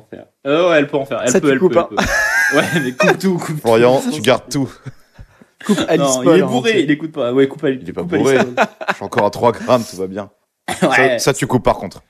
B: l'enfer. Euh, ouais, elle peut en faire. Elle
D: Ça,
B: peut,
D: tu
B: elle
D: coupes,
B: peut,
D: hein.
B: elle peut. Ouais, mais coupe tout, coupe tout.
C: Florian, tu gardes tout.
D: Coupe Alice
B: Non,
D: Paul,
B: il est
D: hein,
B: bourré,
D: c'est-
B: il écoute pas. Ouais, coupe à
C: Il est pas bourré. Je suis encore à 3 grammes, tout va bien. Ça,
B: Ouais.
C: ça, tu coupes par contre.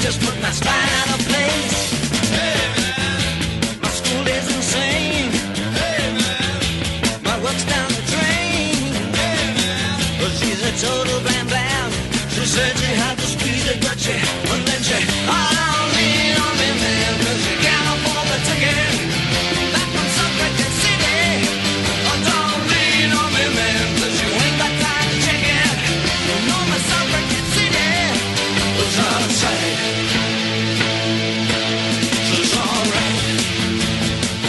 F: Just put my spine out of place. Hey man, my school is insane. Hey man, my work's down the drain. Hey man, well she's a total blam blam. She said you had to squeeze it, but you, and then she, all on me, on me man, 'cause you can't afford the ticket. Back from South African City. Oh, don't lean on me, man, 'cause you ain't got time to check it. You know my South African City was outside. She's alright.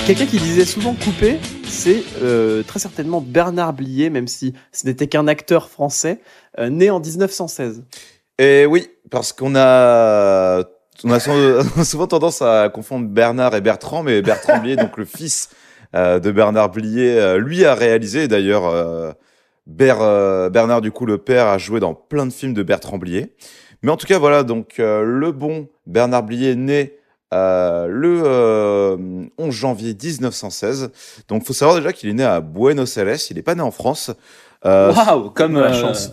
D: Quelqu'un qui disait souvent couper, c'est euh, très certainement Bernard Blier, même si ce n'était qu'un acteur français, euh, né en 1916.
C: Et Eh oui, parce qu'on a, on a souvent- souvent tendance à confondre Bernard et Bertrand, mais Bertrand Blier, donc le fils euh, de Bernard Blier, euh, lui a réalisé, d'ailleurs, euh, Ber- euh, Bernard, du coup, le père, a joué dans plein de films de Bertrand Blier. Mais en tout cas, voilà, donc euh, le bon Bernard Blier né euh, le euh, 11 janvier 1916. Donc, faut savoir déjà qu'il est né à Buenos Aires, il n'est pas né en France. Euh,
B: Waouh, comme
D: la
B: euh,
D: chance.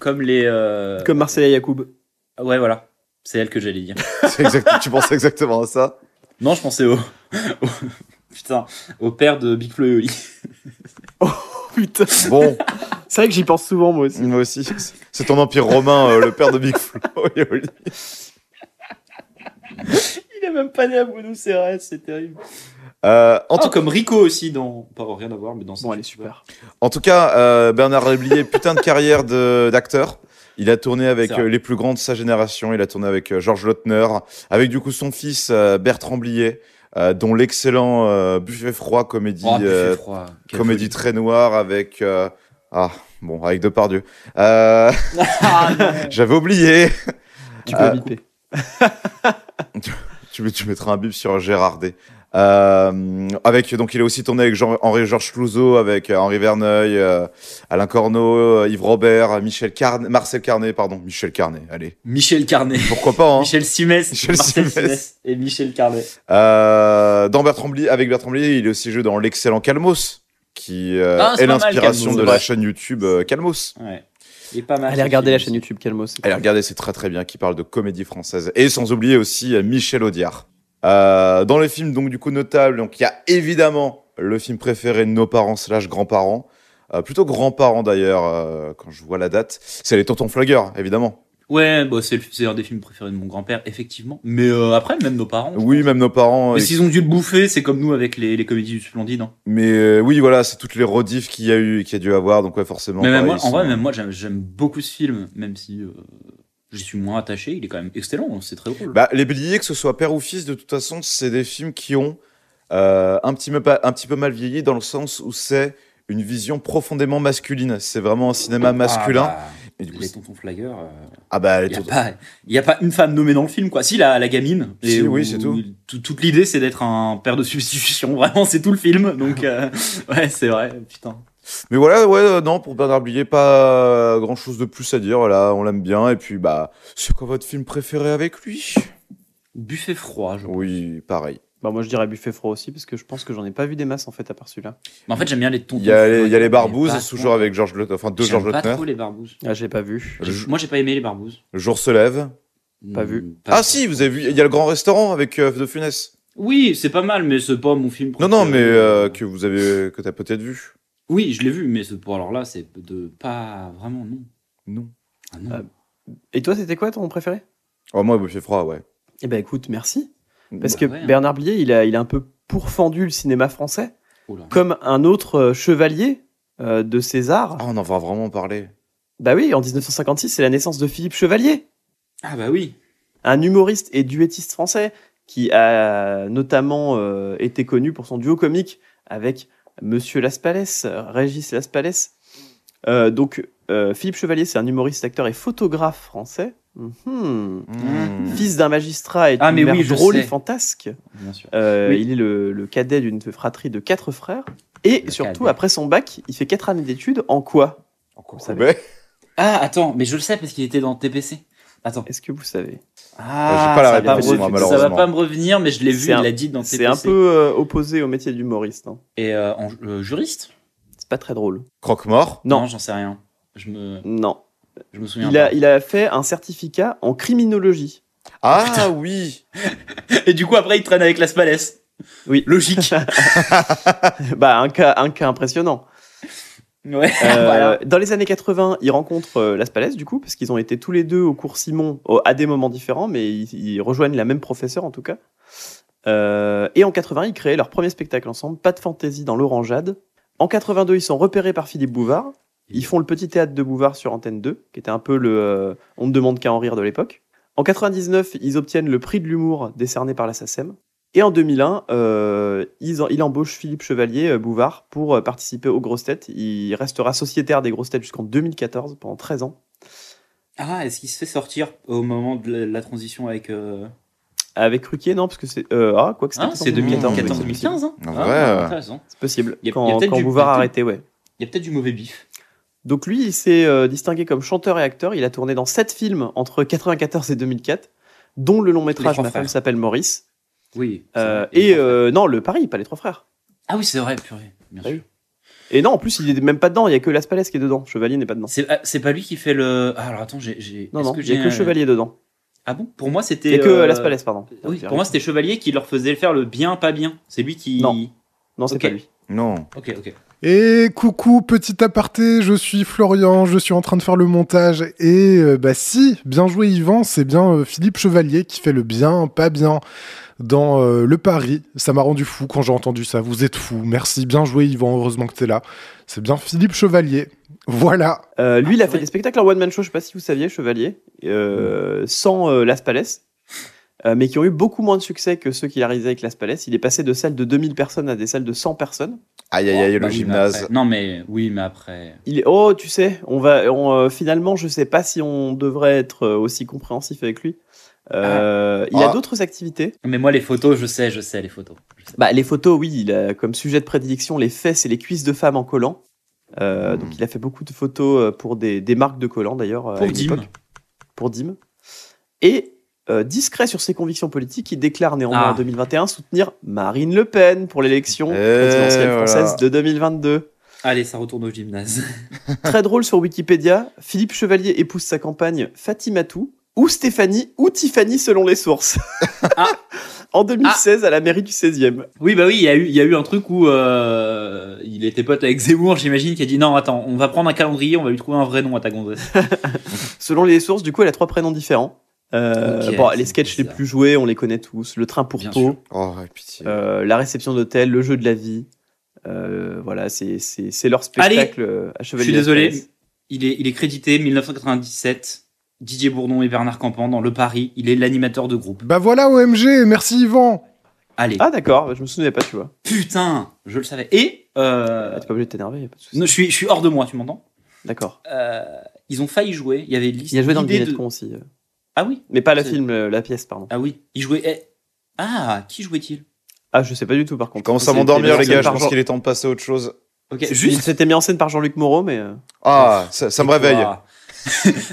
B: Comme les. euh,
D: Comme Marcella Yacoub.
B: Ouais, voilà. C'est elle que j'allais dire.
C: c'est exact- tu penses exactement à ça
B: Non, je pensais au. au- Putain, au père de Big Flo et Oli.
D: Putain,
C: Bon.
D: c'est vrai que j'y pense souvent moi aussi.
C: Moi aussi. C'est ton empire romain, euh, le père de Big Flo et Oli.
B: Il est même pas né à Buenos Aires, c'est terrible.
C: Euh, en,
B: En
C: tout,
B: tout comme Rico aussi dans. Pas rien à voir, mais dans.
D: Bon, elle est super.
C: en tout cas, euh, Bernard Léblier, putain de carrière de- d'acteur. Il a tourné avec
B: C'est vrai.
C: euh, les plus grands de sa génération. Il a tourné avec euh, Georges Lautner, avec du coup son fils euh, Bertrand Blier, euh, dont l'excellent euh, Buffet froid comédie,
B: Oh, Buffet
C: euh,
B: froid. Quel
C: comédie
B: joli.
C: très noire avec euh, ah bon avec Depardieu. Euh,
B: Ah, non.
C: J'avais oublié.
D: Tu
C: Ah.
D: peux biper.
C: Tu, mets- tu mettras un bip sur Gérard D. Euh, avec donc il a aussi tourné avec Jean- Henri Georges Clouseau, avec euh, Henri Verneuil, euh, Alain Corneau, euh, Yves Robert, euh, Michel Carnet, Marcel Carnet, pardon, Michel Carnet. Allez,
B: Michel Carnet.
C: pourquoi pas hein
B: Michel Simès,
C: Michel
B: Marcel
C: Simès.
B: Simès et Michel Carnet.
C: Euh, Dans Bertrand Blier, avec Bertrand Blier, il est aussi joué dans l'excellent Calmos, qui euh,
B: Ah, c'est
C: est
B: pas mal,
C: l'inspiration
B: Calmos,
C: de
B: ouais.
C: la chaîne YouTube euh, Calmos.
B: Ouais. Il est pas mal.
D: Allez
B: ce
D: regarder
B: film.
D: la chaîne YouTube Calmos.
C: Allez, regardez, c'est très très bien, qui parle de comédie française. Et sans oublier aussi euh, Michel Audiard. Euh, dans les films, donc, du coup, notables, donc, il y a évidemment le film préféré de nos parents slash grands-parents. Euh, plutôt grands-parents, d'ailleurs, euh, quand je vois la date. C'est les Tontons Flagueurs, évidemment.
B: Ouais, bah, c'est le- c'est un des films préférés de mon grand-père, effectivement. Mais euh, après, même nos parents. je
C: Oui,
B: pense.
C: même nos parents. euh,
B: Mais
C: et-
B: s'ils ont dû le bouffer, c'est comme nous avec les, les comédies du Splendide. hein.
C: Mais euh, oui, voilà, c'est toutes les rediffs qu'il y a eu, qu'il y a dû avoir, donc ouais, forcément.
B: mais même moi,
C: pareil,
B: en
C: ils
B: vrai,
C: sont-
B: même moi, j'aime- j'aime beaucoup ce film, même si euh, j'y suis moins attaché. Il est quand même excellent, c'est très drôle.
C: Bah, les Béliers, que ce soit père ou fils, de toute façon, c'est des films qui ont euh, un, petit peu, pas- un petit peu mal vieilli dans le sens où c'est une vision profondément masculine. C'est vraiment un cinéma masculin.
B: Ah,
C: Et
B: bah,
C: du coup,
B: les
C: c'est-
B: tontons flaggeurs. euh,
C: ah bah, les
B: Il n'y a,
C: tontons-
B: pas- y a pas une femme nommée dans le film, quoi. Si, la, la gamine.
C: Si, oui,
B: où-
C: c'est tout.
B: tout- Toute l'idée, c'est d'être un père de substitution. Vraiment, c'est tout le film. Donc, euh, ouais, c'est vrai, putain.
C: Mais voilà, ouais, euh, non, pour Bernard Blier, pas grand chose de plus à dire. Voilà, on l'aime bien. Et puis, bah, c'est quoi votre film préféré avec lui
B: Buffet froid, genre.
C: Oui, pareil.
D: Bah, moi, je dirais Buffet Froid aussi, parce que je pense que j'en ai pas vu des masses, en fait, à part celui-là.
B: Mais en fait, j'aime bien les tontons.
C: Il y a les, il y a les
B: Mais
C: Barbouzes,
B: pas
C: c'est toujours avec Georges Le... enfin, deux
B: J'aime
C: Georges
B: pas
C: Lautner.
B: trop les barbouzes.
D: Ah, je l'ai pas vu.
C: Le
B: Moi, j'ai pas aimé les barbouzes. Hmm,
C: le jour se lève.
D: Pas vu.
C: Ah si, vous avez vu, il y a le grand restaurant avec euh, De Funès.
B: Oui, c'est pas mal, mais c'est pas mon film.
C: Non, non, mais
B: préféré.
C: euh, que vous avez, que t'as peut-être vu.
B: Oui, je l'ai vu, mais c'est pour alors là, c'est de pas vraiment non.
C: Non.
B: Ah, non.
D: Ah. Et toi, c'était quoi ton préféré
C: Oh, moi, Buffet froid, ouais.
D: Eh ben, écoute, merci. Parce
B: Bah
D: que
B: ouais, hein.
D: Bernard Blier, il a, il a un peu pourfendu le cinéma français,
B: Oh là.
D: comme un autre euh, chevalier euh, de César.
C: Ah, on en va vraiment parler.
D: Bah oui, en 1956, c'est la naissance de Philippe Chevalier.
B: Ah bah oui.
D: un humoriste et duettiste français qui a notamment euh, été connu pour son duo comique avec Monsieur Laspalès, euh, Régis Laspalès. Euh, donc, euh, Philippe Chevalier, c'est un humoriste, acteur et photographe français. Mhm.
C: Mmh.
D: Fils d'un magistrat et d'une
B: Ah, mais
D: mère
B: oui, je
D: drôle et
B: sais.
D: fantasque.
B: Bien sûr.
D: Euh,
B: Oui.
D: Il est le, le cadet d'une fratrie de quatre frères. Et
B: Le
D: surtout,
B: cadet.
D: après son bac, il fait quatre années d'études en quoi
C: En quoi qu'on
D: Vous savez.
C: met
B: Ah attends, mais je le sais parce qu'il était dans TPC. Attends.
D: Est-ce que vous savez
B: Ah,
C: pas la
B: ça va
C: réponse,
B: me revenir-
D: moi,
B: Ça va
C: malheureusement.
B: pas me revenir, mais je l'ai vu,
D: C'est un-
B: il l'a dit dans TPC.
D: C'est un peu euh, opposé au métier d'humoriste. hein.
B: Et euh, en ju- euh, juriste
D: C'est pas très drôle.
C: Croque-mort.
D: Non.
B: j'en sais rien. Je me,
D: Non.
B: je me souviens.
D: Il a, il a fait un certificat en criminologie.
C: Ah oui.
B: pas. Et du coup, après, il traîne avec Las Palais.
D: Oui.
B: Logique.
D: bah, un cas, un cas impressionnant.
B: ouais.
D: Euh,
B: voilà.
D: Dans les années 80, il rencontre euh, Las Palais, du coup, parce qu'ils ont été tous les deux au cours Simon au- à des moments différents, mais ils, ils rejoignent la même professeure en tout cas. Euh, et en 80, ils créent leur premier spectacle ensemble, Pas de fantaisie dans l'Orangeade. En 82, ils sont repérés par Philippe Bouvard. Ils font le petit théâtre de Bouvard sur Antenne 2, qui était un peu le euh, On ne demande qu'à en rire de l'époque. En 99, ils obtiennent le prix de l'humour décerné par la SACEM. Et en 2001, euh, ils en- il embauche Philippe Chevalier euh, Bouvard pour euh, participer aux grosses têtes. Il restera sociétaire des grosses têtes jusqu'en 2014, pendant 13 ans.
B: Ah, est-ce qu'il se fait sortir au moment de la, la transition avec. euh,
D: Avec Ruquier, non, parce que c'est. euh, ah, quoi que c'était.
B: hein, c'est
C: 2014,
B: 2014-2015, hein
C: En
B: Ah,
C: vrai, euh.
B: intéressant.
D: C'est possible.
B: Il y a- il y a
D: quand
B: peut-être
D: quand
B: du-
D: Bouvard
B: peut-être-
D: a arrêté, ouais.
B: Il y a peut-être du mauvais bif.
D: Donc lui, il s'est euh, distingué comme chanteur et acteur. Il a tourné dans 7 films entre 1994 et 2004, dont le long
B: Les
D: métrage
B: Trois
D: Ma femme
B: Frères.
D: s'appelle Maurice.
B: Oui.
D: Euh, et euh, non, le Paris, pas les trois frères.
B: Ah oui, c'est vrai, purée. Bien
D: Ah
B: sûr.
D: oui. Et non, en plus, il est même pas dedans. Il y a que Las Palais qui est dedans. Chevalier n'est pas dedans.
B: C'est ah, c'est pas lui qui fait le. Ah, alors attends, j'ai- j'ai.
D: Non,
B: est-ce
D: non,
B: que
D: il y a
B: j'ai
D: que
B: un-
D: Chevalier dedans.
B: Ah bon Pour moi, c'était.
D: Il y a que
B: euh,
D: Las Palais, pardon.
B: Oui, pour moi, c'était Chevalier qui leur faisait faire le bien, pas bien. C'est lui qui.
D: Non. non, c'est
B: ok.
D: pas lui.
C: Non.
B: Ok, ok.
E: Et coucou, petit aparté, je suis Florian, je suis en train de faire le montage. Et euh, bah si, bien joué Yvan, c'est bien euh, Philippe Chevalier qui fait le bien, pas bien dans euh, le Paris. Ça m'a rendu fou quand j'ai entendu ça. Vous êtes fou, merci, bien joué Yvan, heureusement que t'es là. C'est bien Philippe Chevalier. Voilà.
D: Euh, lui, il a
B: Ah,
D: fait
B: oui.
D: des spectacles en one man show. Je sais pas si vous saviez, Chevalier,
B: Mm.
D: euh, sans euh, Las Palais, euh, mais qui ont eu beaucoup moins de succès que ceux qu'il a réalisés avec Las Palais. Il est passé de salles de 2000 personnes à des salles de 100 personnes.
C: Aïe aïe aïe, le
B: Bah oui, mais
C: gymnase.
B: après- Non, mais oui, mais après.
D: Il est- Oh, tu sais, on va. on, euh, finalement, je sais pas si on devrait être euh, aussi compréhensif avec lui. Euh, Il a
C: Ah.
D: d'autres activités.
B: Mais moi, les photos, je sais, je sais, les photos. Je sais.
D: Bah, les photos, oui, il a comme sujet de prédilection les fesses et les cuisses de femmes en collant. Euh,
C: Hmm.
D: Donc, il a fait beaucoup de photos euh, pour des, des marques de collants, d'ailleurs. euh, à
B: Mm. Pour
D: une
B: Dim.
D: époque. Pour Dim. Et euh, discret sur ses convictions politiques, il déclare néanmoins
B: Ah.
D: en 2021 soutenir Marine Le Pen pour l'élection
C: Eh,
D: présidentielle
C: voilà.
D: française de 2022.
B: Allez, ça retourne au gymnase.
D: Très drôle sur Wikipédia, Philippe Chevalier épouse sa compagne Fatimatou, ou Stéphanie ou Tiffany selon les sources.
B: Ah.
D: en 2016 à la mairie du 16e.
B: Oui, bah oui, il y a eu, il y a eu un truc où euh, il était pote avec Zemmour, j'imagine, qui a dit non, attends, on va prendre un calendrier, on va lui trouver un vrai nom à ta gonzesse.
D: Selon les sources, du coup, elle a trois prénoms différents. Euh,
B: Ok,
D: bon,
B: c'est
D: les sketchs les
B: bizarre.
D: plus joués, on les connaît tous. Le train pour
B: Bien
D: peau,
B: sûr.
C: Oh, ouais, pitié.
D: euh, la réception d'hôtel, le jeu de la vie. Euh, voilà, c'est- c'est c'est leur
B: Allez,
D: spectacle euh, à
B: Je
D: Chevalier.
B: suis désolé,
D: Express.
B: il est, il est crédité 1997, Didier Bourdon et Bernard Campan dans Le Paris, il est l'animateur de groupe.
E: Bah voilà, OMG, merci Yvan.
B: Allez,
D: Ah, d'accord, je me souvenais pas, tu vois.
B: putain, je le savais. Et, euh,
D: Ah, T'es pas obligé de t'énerver, y a pas de souci.
B: non, je, suis, je suis hors de moi, tu m'entends
D: D'accord.
B: Euh, Ils ont failli jouer, il y avait
D: Il a joué dans le
B: l'idée
D: dîner de
B: de-
D: con aussi. euh.
B: Ah oui,
D: Mais pas le
B: C'est-
D: film, euh, la pièce, pardon.
B: ah oui, ils jouaient. eh, Ah, qui jouait-il
D: Ah, je sais pas du tout, par contre.
C: Je commence à
D: C'est-
C: m'endormir,
D: c'est-
C: les gars. Je
D: par
C: pense
D: Jean-
C: qu'il est temps de passer à autre chose.
B: Ok,
D: Il s'était mis en scène par Jean-Luc Moreau, mais. euh,
C: Ah, ça, ça me réveille.
B: Ouah.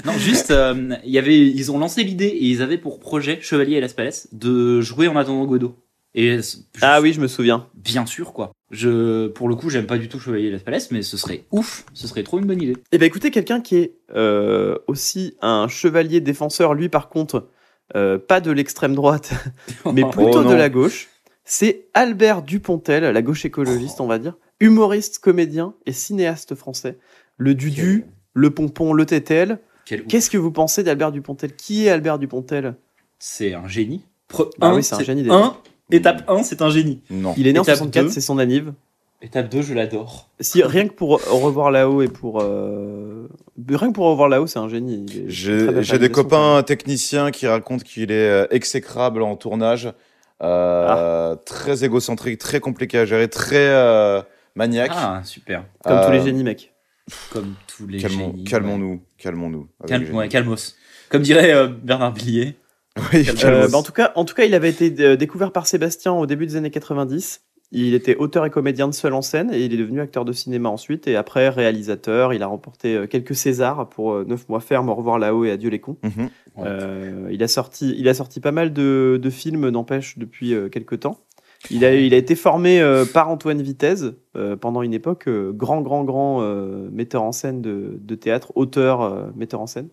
B: non, juste, euh, il y avait, ils ont lancé l'idée et ils avaient pour projet Chevalier et Las Palais de jouer en attendant Godot. Et c-
D: Ah oui, je me souviens.
B: bien sûr quoi. Je, pour le coup, j'aime pas du tout Chevalier et Las Palais, mais ce serait ouf, ce serait trop une bonne idée.
D: Eh ben écoutez, quelqu'un qui est euh, aussi un chevalier défenseur, lui par contre, euh, pas de l'extrême droite, mais plutôt
C: Oh non.
D: de la gauche, c'est Albert Dupontel, la gauche
C: Oh.
D: écologiste, on va dire, humoriste, comédien et cinéaste français. Le Dudu, le Pompon, le Tétel.
B: Quel ouf.
D: Qu'est-ce que vous pensez d'Albert Dupontel Qui est Albert Dupontel
B: C'est un génie. Pre-
D: Bah
B: un,
D: oui, c'est un génie, déjà.
B: un, étape 1, c'est un génie.
C: Non.
D: Il est né en
B: Étape
D: 64,
B: deux.
D: c'est son anniv.
B: Étape 2, je l'adore.
D: Si, rien que pour au revoir là-haut et pour. euh, Rien que pour au revoir là-haut, c'est un génie. Il est- c'est une très
C: J'ai
D: belle
C: j'ai des
D: réalisation,
C: copains techniciens qui racontent qu'il est euh, exécrable en tournage, euh,
B: Ah.
C: très égocentrique, très compliqué à gérer, très euh, maniaque.
B: Ah, super.
D: quand même. Comme tous
C: Euh,
D: les génies, mec.
B: Comme tous les
C: calmons-
B: génies.
C: Calmons-nous, calmons-nous. avec
B: Calme-
C: les génies.
B: ouais, calmos. Comme dirait euh, Bernard Blier.
C: Oui,
B: Calmons.
C: calmons.
D: Euh, bah, en, tout cas, en tout cas, il avait été euh, découvert par Sébastien au début des années 90. Il était auteur et comédien de seul en scène et il est devenu acteur de cinéma ensuite. Et après, réalisateur, il a remporté euh, quelques Césars pour euh, Neuf mois ferme, Au revoir là-haut et Adieu les cons.
C: Mhm.
B: Ouais.
D: Euh, il, a sorti, il a sorti pas mal de, de films, n'empêche, depuis euh, quelques temps. Il a, il a été formé euh, par Antoine Vitez euh, pendant une époque, euh, grand, grand, grand euh, metteur en scène de, de théâtre, auteur, euh, metteur en scène.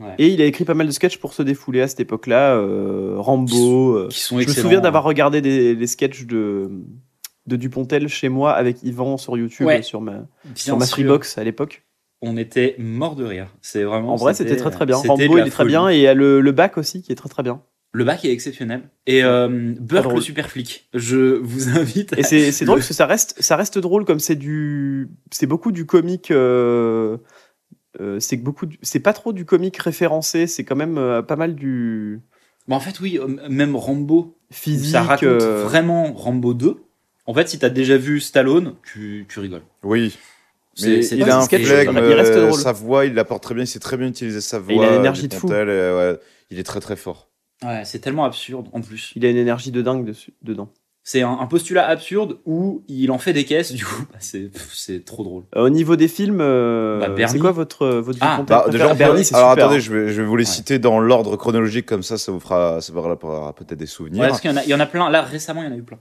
B: Ouais.
D: Et il a écrit pas mal de sketchs pour se défouler à cette époque-là, euh, Rambo. euh.
B: Qui sont
D: Je
B: excellents.
D: me
B: hein.
D: souviens d'avoir regardé des, les sketchs de, de Dupontel chez moi avec Yvan sur YouTube,
B: Ouais.
D: euh, sur ma,
B: Bien
D: sur ma
B: sûr.
D: Freebox à l'époque.
B: on était mort de rire. C'est vraiment.
D: En vrai, c'était très très bien.
B: c'était
D: Rambo,
B: de
D: il
B: la
D: est très
B: folie.
D: bien. Et il y a le, le bac aussi qui est très très bien.
B: Le bac est exceptionnel. Et euh, Burke,
D: drôle.
B: le super flic. Je vous invite. à-
D: Et c'est c'est drôle parce que ça reste, ça reste drôle comme c'est du, c'est beaucoup du comique. euh, euh, c'est beaucoup, du- c'est pas trop du comique référencé. C'est quand même euh, pas mal du
B: Mais en fait, oui, euh, même Rambo.
D: physique.
B: ça raconte
D: euh,
B: vraiment Rambo 2. En fait, si t'as déjà vu Stallone, tu, tu rigoles.
C: Oui,
B: C'est-
C: mais
B: c'est
C: il
D: pas
C: a
D: un
C: un
D: sketch,
C: flegme,
D: il reste
C: euh,
D: drôle.
C: sa voix, il l'apporte très bien, il sait très bien utiliser sa voix.
D: il a l'énergie de fou.
C: Dupontel, euh, ouais, il est très très fort.
B: Ouais, c'est tellement absurde en plus.
D: Il a une énergie de dingue dessus, dedans.
B: C'est un, un postulat absurde où il en fait des caisses, du coup, bah, c'est pff, c'est trop drôle.
D: Euh, au niveau des films, euh,
B: Bah, Bernie.
D: c'est quoi votre votre
B: Ah,
D: Dupontel
C: Bah,
D: préféré
C: déjà, on peut-
D: Bernie, c'est
C: Alors
D: super. hein.
C: attendez, je vais, je vais vous les
B: Ouais.
C: citer dans l'ordre chronologique, comme ça, ça vous fera, ça vous fera peut-être des souvenirs.
B: Ouais, parce qu'il y, en a- il y en a plein. Là, récemment, il y en a eu plein.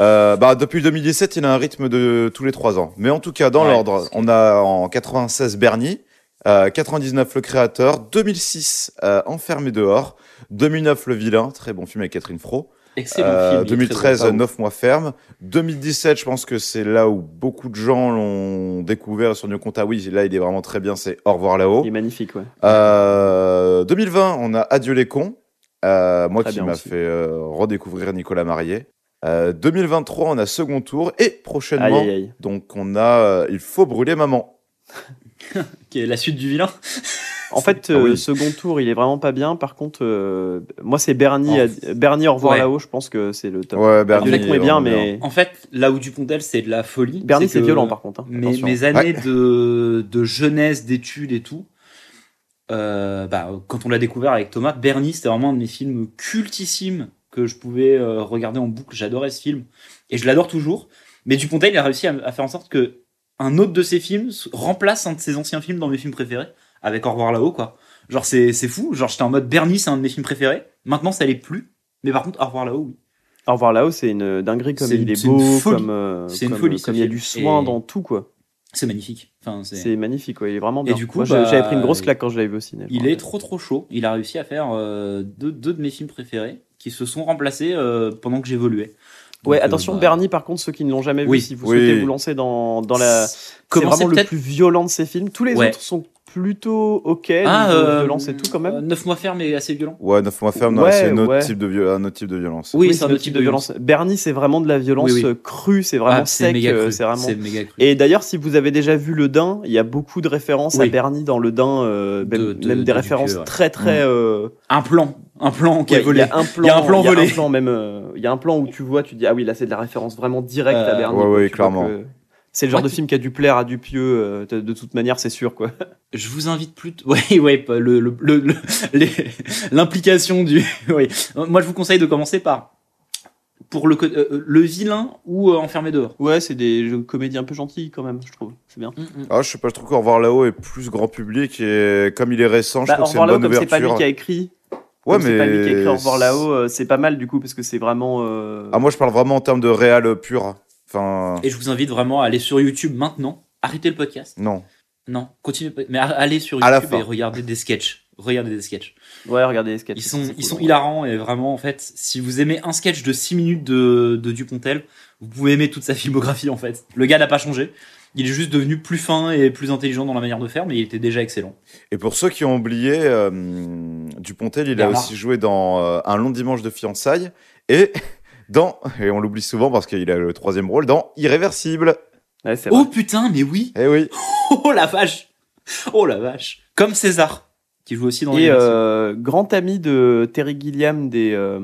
C: Euh, bah, depuis 2017, il a un rythme de tous les trois ans. Mais en tout cas, dans
B: Ouais,
C: l'ordre, on a en 96 Bernie, euh, 99 Le Créateur, 2006 euh, Enfermé dehors, 2009 Le Vilain, très bon film avec Catherine Fro,
B: Excellent
C: euh,
B: film. il est très
C: 2013
B: drôle.
C: 9 mois ferme, 2017, je pense que c'est là où beaucoup de gens l'ont découvert sur New Compta. Oui, là, il est vraiment très bien, c'est Au revoir là-haut.
D: Il est magnifique, ouais.
C: Euh, 2020, on a Adieu les cons. Euh, moi
D: Très
C: qui
D: bien
C: m'a
D: aussi.
C: fait euh, redécouvrir Nicolas Marié. Euh, 2023, on a second tour et
D: Aïe
C: prochainement,
D: aïe aïe.
C: donc on a euh, Il faut brûler maman.
B: Qui est la suite du vilain.
D: En fait,
C: Ah
D: euh,
C: oui.
D: second tour, il est vraiment pas bien. Par contre, euh, moi, c'est Bernie,
B: Oh.
D: à- Bernie, au revoir
B: Ouais.
D: là-haut. Je pense que c'est le top.
C: Ouais,
D: Bernie,
C: Bernie.
D: est bien, mais
B: En fait, là où Dupontel, c'est de la folie.
D: Bernie, c'est
B: que
D: violent par contre. hein.
B: mes,
D: Attention.
B: mes années de, de jeunesse, d'études et tout, euh, bah, quand on l'a découvert avec Thomas, Bernie, c'était vraiment un de mes films cultissimes que je pouvais euh, regarder en boucle. J'adorais ce film et je l'adore toujours. Mais Dupontel, il a réussi à, à faire en sorte que un autre de ses films s- remplace un de ses anciens films dans mes films préférés avec Au revoir là-haut, quoi. Genre, c'est c'est fou. Genre, j'étais en mode Bernie, c'est un de mes films préférés. Maintenant, ça l'est plus. Mais par contre, Au revoir là-haut, oui.
D: Au revoir là-haut, c'est une dinguerie comme
B: C'est
D: il
B: une-
D: est
B: c'est une
D: beau,
B: folie.
D: comme, euh,
B: C'est une
D: comme-
B: folie, ce
D: comme il y a
B: film.
D: du soin
B: Et-
D: dans tout quoi.
B: C'est magnifique. Enfin, c'est-
D: C'est magnifique, ouais, il est vraiment bien.
B: du coup,
D: Moi, j'a-
B: bah,
D: j'avais pris une grosse claque quand je l'avais vu au ciné. je
B: Il
D: me
B: est
D: rappelle.
B: trop trop chaud. Il a réussi à faire euh, deux, deux de mes films préférés qui se sont remplacés euh, pendant que j'évoluais. Donc,
D: Ouais,
B: euh,
D: attention,
B: bah,
D: Bernie, par contre, ceux qui ne l'ont jamais vu,
B: Oui,
D: si vous
C: oui.
D: souhaitez vous lancer dans, dans la. C'est
B: Commencez
D: vraiment le
B: peut-être-
D: plus violent de ces films. Tous les
B: Ouais.
D: autres sont plutôt ok,
B: Ah,
D: niveau
B: euh,
D: violence et tout quand même.
B: euh, Neuf mois ferme et assez violent.
C: Ouais, 9 mois ferme, non,
D: Ouais,
C: c'est un, autre
D: ouais.
C: type de viol- un autre type de violence.
B: Oui, c'est un autre type de violence.
D: Bernie, c'est vraiment de la violence
B: Oui, oui.
D: euh, crue, c'est vraiment
B: Ah,
D: sec,
B: méga
D: euh,
B: cru.
D: c'est vraiment.
B: C'est méga cru.
D: Et d'ailleurs, si vous avez déjà vu Le Dain, il y a beaucoup de références à
B: Oui.
D: Bernie dans Le Dain, euh, même,
B: De- de-
D: même
B: de
D: des
B: Dupieux,
D: références
B: ouais.
D: très très. euh,
B: Un plan, un plan qui
D: ouais,
B: est volé.
D: Il y a un plan,
B: Il y a un plan
D: il y a
B: volé.
D: un plan même, euh, il y a un plan où tu vois, tu dis ah oui là c'est de la référence vraiment directe à
B: Euh,
D: Bernie.
C: ouais,
D: quoi,
C: ouais,
D: tu vois
C: clairement.
D: que C'est le genre
B: Moi,
D: de
B: qui-
D: film qui a dû plaire à Dupieux euh, de, de toute manière, c'est sûr quoi.
B: Je vous invite plus. t- Ouais, ouais, pas- le- le- le- le- les- l'implication du. oui. Moi, je vous conseille de commencer par pour le co- euh, le vilain ou euh, enfermé dehors.
D: Ouais, c'est des jeux- comédies un peu gentilles quand même, je trouve. C'est bien.
C: Ah, je sais pas, je trouve qu'Au revoir là-haut est plus grand public et comme il est récent, je
D: Bah, au
C: trouve que c'est
D: revoir
C: une
D: là-haut,
C: bonne
D: comme c'est pas lui
C: ouverture.
D: qui a écrit,
C: Ouais,
D: comme c'est pas lui qui a écrit
C: mais.
D: au revoir là-haut, euh, c'est pas mal du coup parce que c'est vraiment. euh,
C: Ah, moi je parle vraiment en termes de réal euh, pur. Enfin,
B: Et je vous invite vraiment à aller sur YouTube maintenant. Arrêtez le podcast.
C: non.
B: Non, continuez. pas- Mais a- allez sur
C: À la
B: YouTube
C: fin.
B: et regardez des sketchs. Regardez des sketchs.
D: Ouais, regardez les sketchs.
B: Ils
D: c'est-
B: sont,
D: c'est
B: ils
D: cool,
B: sont
D: ouais.
B: hilarants et vraiment, en fait, si vous aimez un sketch de 6 minutes de, de Dupontel, vous pouvez aimer toute sa filmographie, en fait. Le gars n'a pas changé. Il est juste devenu plus fin et plus intelligent dans la manière de faire, mais il était déjà excellent.
C: Et pour ceux qui ont oublié, euh, Dupontel, il a
B: Bernard.
C: aussi joué dans euh, Un long dimanche de fiançailles et dans, et on l'oublie souvent parce qu'il a le troisième rôle, dans Irréversible.
D: Ouais, c'est vrai.
B: Oh putain, mais oui
C: Eh oui.
B: Oh la vache Oh la vache Comme César, qui joue aussi dans
D: Et
B: les
D: euh, grand ami de Terry Gilliam des euh,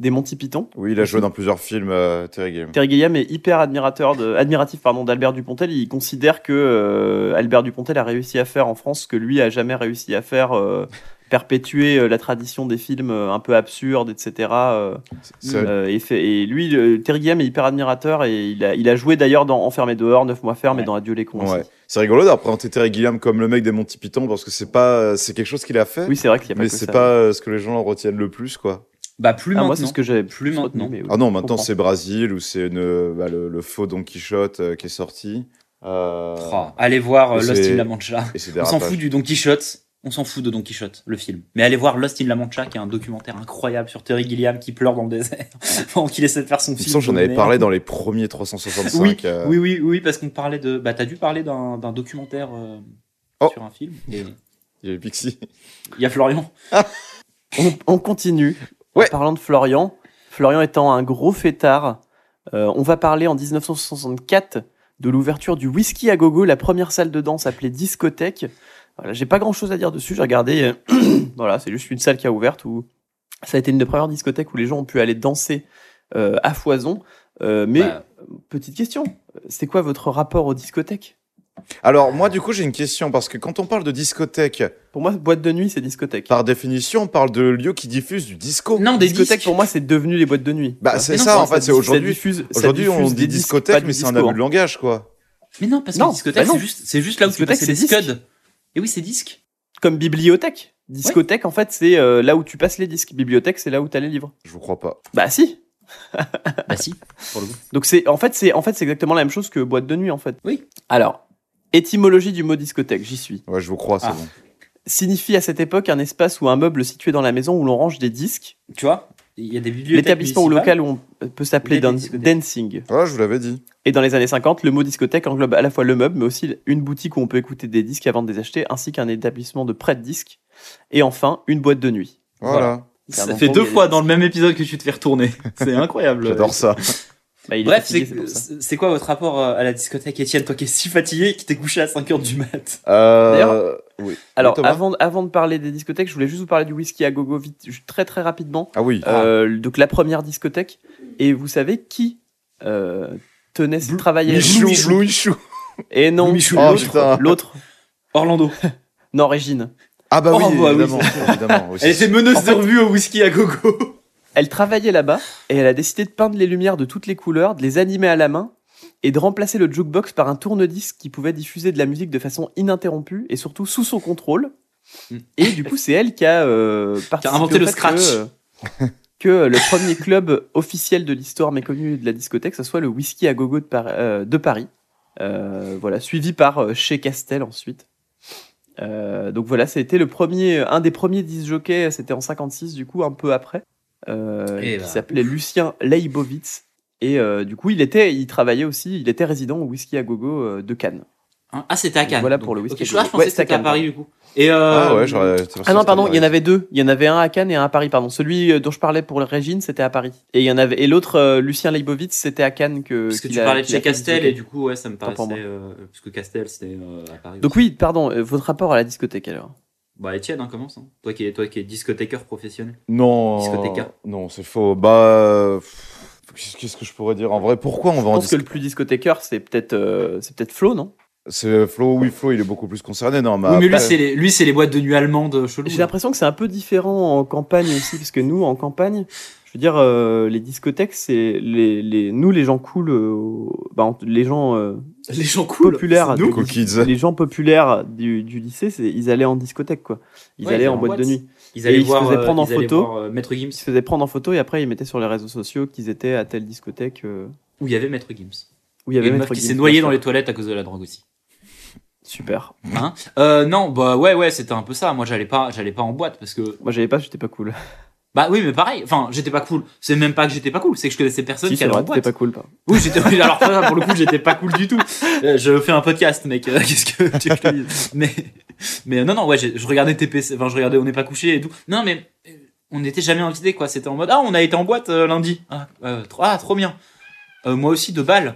D: des Monty Python.
C: Oui, il a joué dans plusieurs films, euh, Terry Gilliam.
D: Terry Gilliam est hyper admirateur de, admiratif pardon d'Albert Dupontel. Il considère que euh, Albert Dupontel a réussi à faire en France ce que lui a jamais réussi à faire, euh, perpétuer euh, la tradition des films euh, un peu absurdes, etc. euh,
C: C'est-
D: euh, et, fait- et lui, le- Terry Gilliam est hyper admirateur et il a, il a joué d'ailleurs dans Enfermé dehors, Neuf mois ferme
B: Ouais.
D: et dans Adieu les cons.
C: Ouais.
D: aussi.
C: C'est rigolo d'avoir présenté Terry Gilliam comme le mec des Monty Python parce que c'est pas c'est quelque chose qu'il a fait,
D: Oui, c'est vrai qu'il y a pas
C: mais
D: que
C: c'est
D: ça.
C: pas euh, ce que les gens en retiennent le plus quoi.
B: Bah, plus
D: Ah,
B: maintenant.
D: moi, c'est ce que j'avais
B: Plus
D: retenu,
B: maintenant.
D: mais oui,
C: Ah non,
D: je
C: maintenant
D: comprends.
C: c'est Brésil ou c'est une- bah, le, le faux Don Quichotte euh, qui est sorti. Euh,
B: Oh, allez voir euh, Lost
C: C'est-
B: in La Mancha.
C: Et c'est
B: On s'en
C: dérapage.
B: fout du Don Quichotte. On s'en fout de Don Quichotte, le film. Mais allez voir Lost in La Mancha, qui est un documentaire incroyable sur Terry Gilliam qui pleure dans le désert pendant qu'il essaie de faire son
C: Il me
B: film.
C: semble que j'en
B: de
C: avais
B: merde.
C: parlé dans les premiers 365.
B: Oui,
C: euh,
B: Oui, oui, oui, parce qu'on parlait de. Bah, t'as dû parler d'un d'un documentaire euh,
C: Oh.
B: sur un film. Et
C: Il y avait Pixie.
B: Il y a Florian.
D: On, on continue.
C: Ouais.
D: En parlant de Florian, Florian étant un gros fêtard, euh, on va parler en 1964 de l'ouverture du Whisky à Gogo, la première salle de danse appelée discothèque. Voilà, j'ai pas grand chose à dire dessus, j'ai regardé. euh, voilà, c'est juste une salle qui a ouverte où ça a été une des premières discothèques où les gens ont pu aller danser euh, à foison. Euh, mais
B: Bah,
D: petite question, c'est quoi votre rapport aux discothèques
C: Alors moi du coup j'ai une question parce que quand on parle de discothèque,
D: Pour moi, boîte de nuit, c'est discothèque.
C: par définition on parle de lieux qui diffusent du disco.
B: Non, des
D: discothèque
B: disques.
D: pour moi, c'est devenu les boîtes de nuit.
C: Bah c'est
B: Mais non,
C: ça
B: ça-
C: en fait, c'est aujourd'hui. Aujourd'hui on dit discothèque mais c'est un
B: hein.
C: abus de langage quoi.
B: Mais non, parce que
D: Non,
B: discothèque,
D: bah non.
B: c'est juste, c'est juste là où tu
D: Discothèque,
B: passais les
D: c'est disque.
B: scuds. Et oui, c'est disque.
D: Comme bibliothèque. Discothèque, en fait, c'est euh, là où tu passes les disques. Bibliothèque, c'est là où tu as les livres.
C: Je vous crois pas.
D: Bah si.
B: Bah, si, pour le coup.
D: Donc c'est en fait c'est en fait c'est exactement la même chose que boîte de nuit en fait.
B: Oui.
D: Alors étymologie du mot discothèque, j'y suis.
C: Ouais je vous crois c'est
B: Ah.
C: bon.
D: Signifie à cette époque un espace ou un meuble situé dans la maison où l'on range des disques.
B: Tu vois, il y a des bibliothèques.
D: L'établissement ou
B: municipales.
D: local où on euh, peut s'appeler dan-
B: Bibliothèque, discothèque.
D: dancing.
C: Ouais je vous l'avais dit.
D: Et dans les années 50, le mot discothèque englobe à la fois le meuble, mais aussi une boutique où on peut écouter des disques avant de les acheter, ainsi qu'un établissement de prêt de disques. Et enfin, une boîte de nuit.
C: Voilà.
B: Ça fait deux fois dans le même épisode que tu te fais retourner. C'est incroyable.
C: J'adore ça.
D: Bah, il est
B: Bref,
D: fatigué,
B: c'est-
D: c'est pour ça.
B: c'est c'est quoi votre rapport euh, à la discothèque, Étienne Toi qui es si fatigué, qui t'es couché à 5h du mat.
C: Euh...
D: D'ailleurs-
C: Oui.
D: Alors,
C: Thomas
D: avant, avant de parler des discothèques, je voulais juste vous parler du whisky à gogo vite, ju- très très rapidement.
C: Ah oui.
D: Euh, donc, la première discothèque. Et vous savez qui euh, tenait,
B: Blue-
D: travaillait
B: Michou,
D: Blue-
B: Michou.
D: Et non,
B: Blue Michou.
C: Oh,
D: l'autre,
C: putain.
D: l'autre,
B: Orlando.
D: non, Régine.
C: Ah bah
B: Oh,
C: oui,
B: bah oui,
C: évidemment. évidemment, oui,
B: Elle était
C: c'est-
B: meneuse
D: En fait-
B: de revue au whisky à gogo.
D: Elle travaillait là-bas et elle a décidé de peindre les lumières de toutes les couleurs, de les animer à la main et de remplacer le jukebox par un tourne-disque qui pouvait diffuser de la musique de façon ininterrompue et surtout sous son contrôle.
B: Mm.
D: Et du coup, c'est elle qui a, euh, participé
B: inventé
D: au
B: le
D: fait
B: scratch.
D: que, euh, que le premier club officiel de l'histoire méconnue de la discothèque, ce soit le Whisky à Gogo de, Par- euh, de Paris. Euh, voilà, suivi par euh, Chez Castel ensuite. Euh, donc voilà, c'était le premier, un des premiers disjockeys, c'était en 56 du coup, un peu après, euh,
B: Eh
D: qui
B: ben,
D: s'appelait Lucien Leibovitz. Et euh, du coup, il était, il travaillait aussi, il était résident au Whisky à Gogo euh, de Cannes.
B: Hein ah, c'était à Cannes.
D: Voilà
B: donc.
D: pour le whisky.
B: Ok, je, je pensais
D: Ouais,
B: que
D: c'était à
B: c'était à
D: Cannes,
B: Paris du coup. Et, euh,
C: Ah ouais, j'aurais. j'aurais pensé
D: Ah non,
C: que
D: pardon,
C: c'était
D: il y en
C: pareil.
D: avait deux. Il y en avait un à Cannes et un à Paris, pardon. Celui euh, dont je parlais pour Régine, c'était à Paris. Et il y en avait et l'autre, euh, Lucien Leibovitz, c'était à Cannes que.
B: Parce que
D: qu'il
B: tu
D: a-
B: parlais de
D: qu'il a
B: chez
D: fait
B: Castel
D: disjockey.
B: et du coup, ouais, ça me
D: Tant pour
B: paraissait. euh, parce que Castel, c'était euh, à Paris.
D: Donc oui, pardon, euh, votre rapport à la discothèque alors.
B: Bah, Etienne, hein, commence. hein. Toi, qui es, toi qui es discothéqueur professionnel.
D: hein.
C: Non.
B: Discothécaire.
C: Non, c'est faux. Bah. euh, pff, Qu'est-ce qu'est-ce que je pourrais dire En vrai, pourquoi on va
D: Je
C: en
D: pense que
C: discuter
D: le plus discothéqueur, c'est peut-être, euh, c'est peut-être Flo, non
C: C'est Flo, oui, Flo, il est beaucoup plus concerné. Non, bah,
B: oui, mais lui,
C: après-
B: c'est les, lui, c'est les boîtes de nuit allemandes euh, hein. chelou.
D: J'ai l'impression que c'est un peu différent en campagne aussi, parce que nous, en campagne, je veux dire, euh, les discothèques, c'est les, les, nous, les gens cool, euh, bah, en- les gens euh,
B: Les gens cool.
D: populaires,
B: c'est nous.
D: du-
C: Cool kids.
D: les gens populaires du, du lycée, c'est, ils allaient en discothèque, quoi. Ils
B: Ouais,
D: allaient
B: ils
D: en
B: allaient en
D: boîte de
B: boîte.
D: nuit.
B: Ils allaient
D: ils se
B: voir,
D: faisaient
B: euh,
D: prendre en
B: ils allaient
D: photo.
B: voir, euh, Maître Gims.
D: Ils se faisaient prendre en photo et après, ils mettaient sur les réseaux sociaux qu'ils étaient à telle discothèque euh,
B: Où il y avait Maître Gims.
D: où il y
B: Et
D: avait
B: une meuf
D: Maître
B: qui
D: Gims,
B: s'est
D: bien
B: noyée
D: sûr.
B: dans les toilettes à cause de la drogue aussi.
D: Super.
B: Hein Euh, non, bah ouais, ouais, c'était un peu ça. Moi, j'allais pas, j'allais pas en boîte parce que.
D: Moi, j'avais pas, j'étais pas cool.
B: Bah oui, mais pareil. Enfin, j'étais pas cool. C'est même pas que j'étais pas cool, c'est que je connaissais personne
D: Si,
B: qui
D: c'est
B: allait en
D: vrai,
B: boîte.
D: t'étais pas cool, pardon.
B: Oui, j'étais. oui, Alors ça, pour le coup, j'étais pas cool du tout. Euh, Je fais un podcast, mec. euh, Qu'est-ce que tu veux que je te dise Mais, mais euh, non, non, ouais, j'ai- je regardais TPC. Enfin, je regardais On n'est pas couché et tout. Non, mais euh, on n'était jamais invité, quoi. C'était en mode Ah, on a été en boîte euh, lundi. Ah, euh, trop, ah, trop bien. Euh, moi aussi deux balles.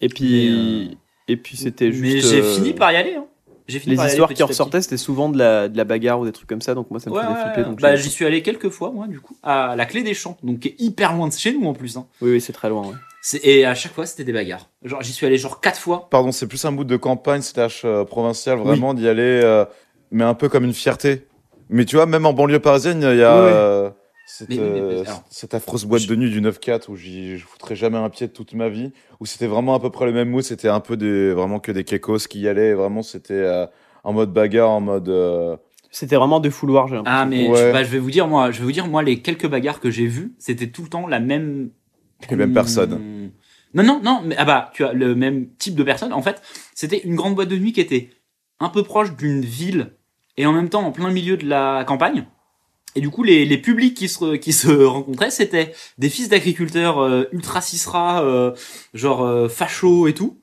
D: Et puis,
B: Mais, euh,
D: et puis c'était juste.
B: mais j'ai
D: euh,
B: fini par y aller. Hein. J'ai fini
D: Les
B: par y aller
D: histoires
B: petit
D: qui
B: à petit.
D: ressortaient, c'était souvent de la, de la bagarre ou des trucs comme ça, donc moi ça me
B: Ouais,
D: faisait
B: ouais,
D: flipper.
B: ouais.
D: donc
B: Bah,
D: j'ai-
B: j'y suis allé quelques fois, moi, du coup, à la Clé des Champs, donc qui est hyper loin de chez nous en plus. Hein.
D: Oui, oui, c'est très loin. ouais.
B: C'est- Et à chaque fois, c'était des bagarres. Genre, j'y suis allé genre quatre fois.
C: Pardon, c'est plus un mood de campagne slash euh, provincial, vraiment, d'y aller, euh, mais un peu comme une fierté. Mais tu vois, même en banlieue parisienne, il y a
D: Ouais, ouais.
C: euh, cette,
B: Mais- mais- mais-
C: euh,
B: alors,
C: cette affreuse boîte
B: je-
C: de nuit du 9-4 où j'y- je foutrais jamais un pied de toute ma vie, où c'était vraiment à peu près le même mood, c'était un peu des, vraiment que des kekos qui y allaient, et vraiment, c'était euh, en mode bagarre, en mode. euh,
D: C'était vraiment de fouloir, j'ai l'impression.
B: Ah mais
C: Ouais.
B: je, bah, je vais vous dire moi, je vais vous dire moi les quelques bagarres que j'ai vues, c'était tout le temps la même
C: Les
B: Mmh.
C: mêmes personnes.
B: Non non non, mais ah bah tu as le même type de personne. En fait, c'était une grande boîte de nuit qui était un peu proche d'une ville et en même temps en plein milieu de la campagne. Et du coup, les, les publics qui se, qui se rencontraient, c'était des fils d'agriculteurs euh, ultra cisra, euh, genre euh, fachos et tout,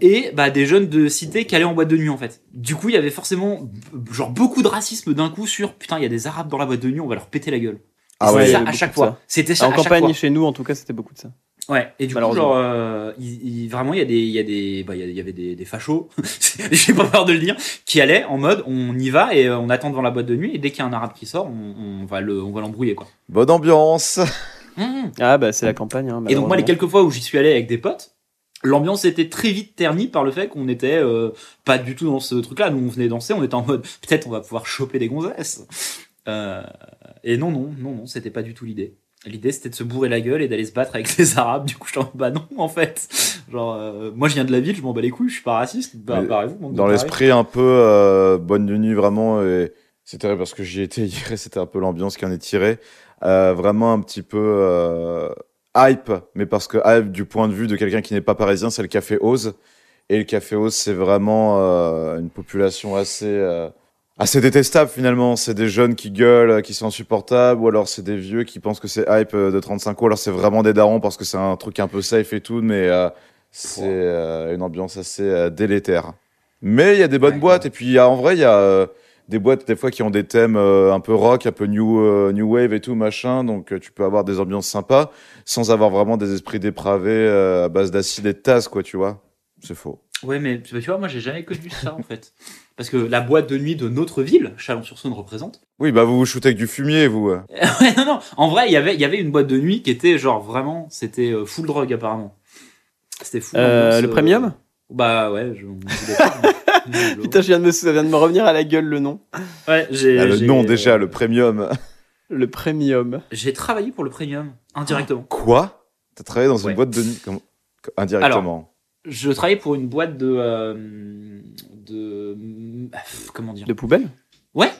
B: et bah des jeunes de cité qui allaient en boîte de nuit en fait. Du coup, il y avait forcément b- genre beaucoup de racisme d'un coup sur putain, il y a des arabes dans la boîte de nuit, on va leur péter la gueule.
C: Ah
B: C'était
C: ouais,
D: il y
B: ça
D: avait
B: à
D: beaucoup
B: chaque
D: de
B: fois.
D: ça.
B: C'était ça
D: en
B: Ah, à chaque
D: campagne,
B: fois.
D: chez nous, en tout cas, c'était beaucoup de ça.
B: Ouais, et du coup,
D: Malheureusement.
B: genre, euh, il- il- vraiment, il y a des, il y a des, bah, il y a- il y avait des, des fachos, j'ai pas peur de le dire, qui allaient en mode, on y va et euh, on attend devant la boîte de nuit et dès qu'il y a un arabe qui sort, on, on va le, on va l'embrouiller quoi.
C: bonne ambiance
B: Mhm.
D: Ah bah c'est la campagne. hein,
B: Et donc moi, les
D: malheureusement.
B: quelques fois où j'y suis allé avec des potes, l'ambiance était très vite ternie par le fait qu'on était euh, pas du tout dans ce truc-là. Nous, on venait danser, on était en mode, peut-être on va pouvoir choper des gonzesses. Euh, et non, non, non, non, c'était pas du tout l'idée. L'idée, c'était de se bourrer la gueule et d'aller se battre avec les Arabes. Du coup, je suis en mode, bah non, en fait. Genre, euh, moi, je viens de la ville, je m'en bats les couilles, je suis pas raciste. Bah,
C: Mais
B: barrez-vous, manque de
C: dans
B: tarés.
C: l'esprit un peu euh, bonne de nuit vraiment et c'est terrible parce que j'y étais hier et c'était un peu l'ambiance qui en est tirée Euh, vraiment un petit peu euh, hype mais parce que hype du point de vue de quelqu'un qui n'est pas parisien c'est le café Oz et le café Oz c'est vraiment euh, une population assez euh, assez détestable finalement c'est des jeunes qui gueulent euh, qui sont insupportables ou alors c'est des vieux qui pensent que c'est hype euh, de 35 ans alors c'est vraiment des darons parce que c'est un truc un peu safe et tout mais euh, c'est euh, une ambiance assez euh, délétère mais il y a des bonnes
B: Ouais.
C: boîtes. Et puis, il y a- en vrai, il y a euh, des boîtes, des fois, qui ont des thèmes euh, un peu rock, un peu new, euh, new wave et tout, machin. Donc, euh, tu peux avoir des ambiances sympas sans avoir vraiment des esprits dépravés euh, à base d'acide et de tasse, quoi, tu vois. C'est faux.
B: Ouais, mais tu vois, moi, j'ai jamais connu ça, en fait. Parce que la boîte de nuit de notre ville, Chalon-sur-Saône représente,
C: Oui, bah, vous vous shootez avec du fumier, vous. euh.
B: Ouais, non, non. En vrai, il y avait- il y avait une boîte de nuit qui était genre vraiment, c'était euh, full drogue apparemment. C'était full.
D: Euh,
B: ambiance,
D: le
B: euh,
D: premium
B: Bah ouais, je. on dit d'accord.
D: Putain, Bah, je viens de me- ça vient de me revenir à la gueule le nom.
B: ouais, j'ai.
C: Ah, le
B: j'ai,
C: nom,
B: euh,
C: déjà, le premium.
D: Le premium.
B: J'ai travaillé pour le premium indirectement.
C: Quoi T'as travaillé dans
B: Ouais.
C: une boîte de nuit comme- comme- Indirectement.
B: Je travaillais pour une boîte de euh, de ah, pff, comment dire.
D: De poubelle
B: Ouais.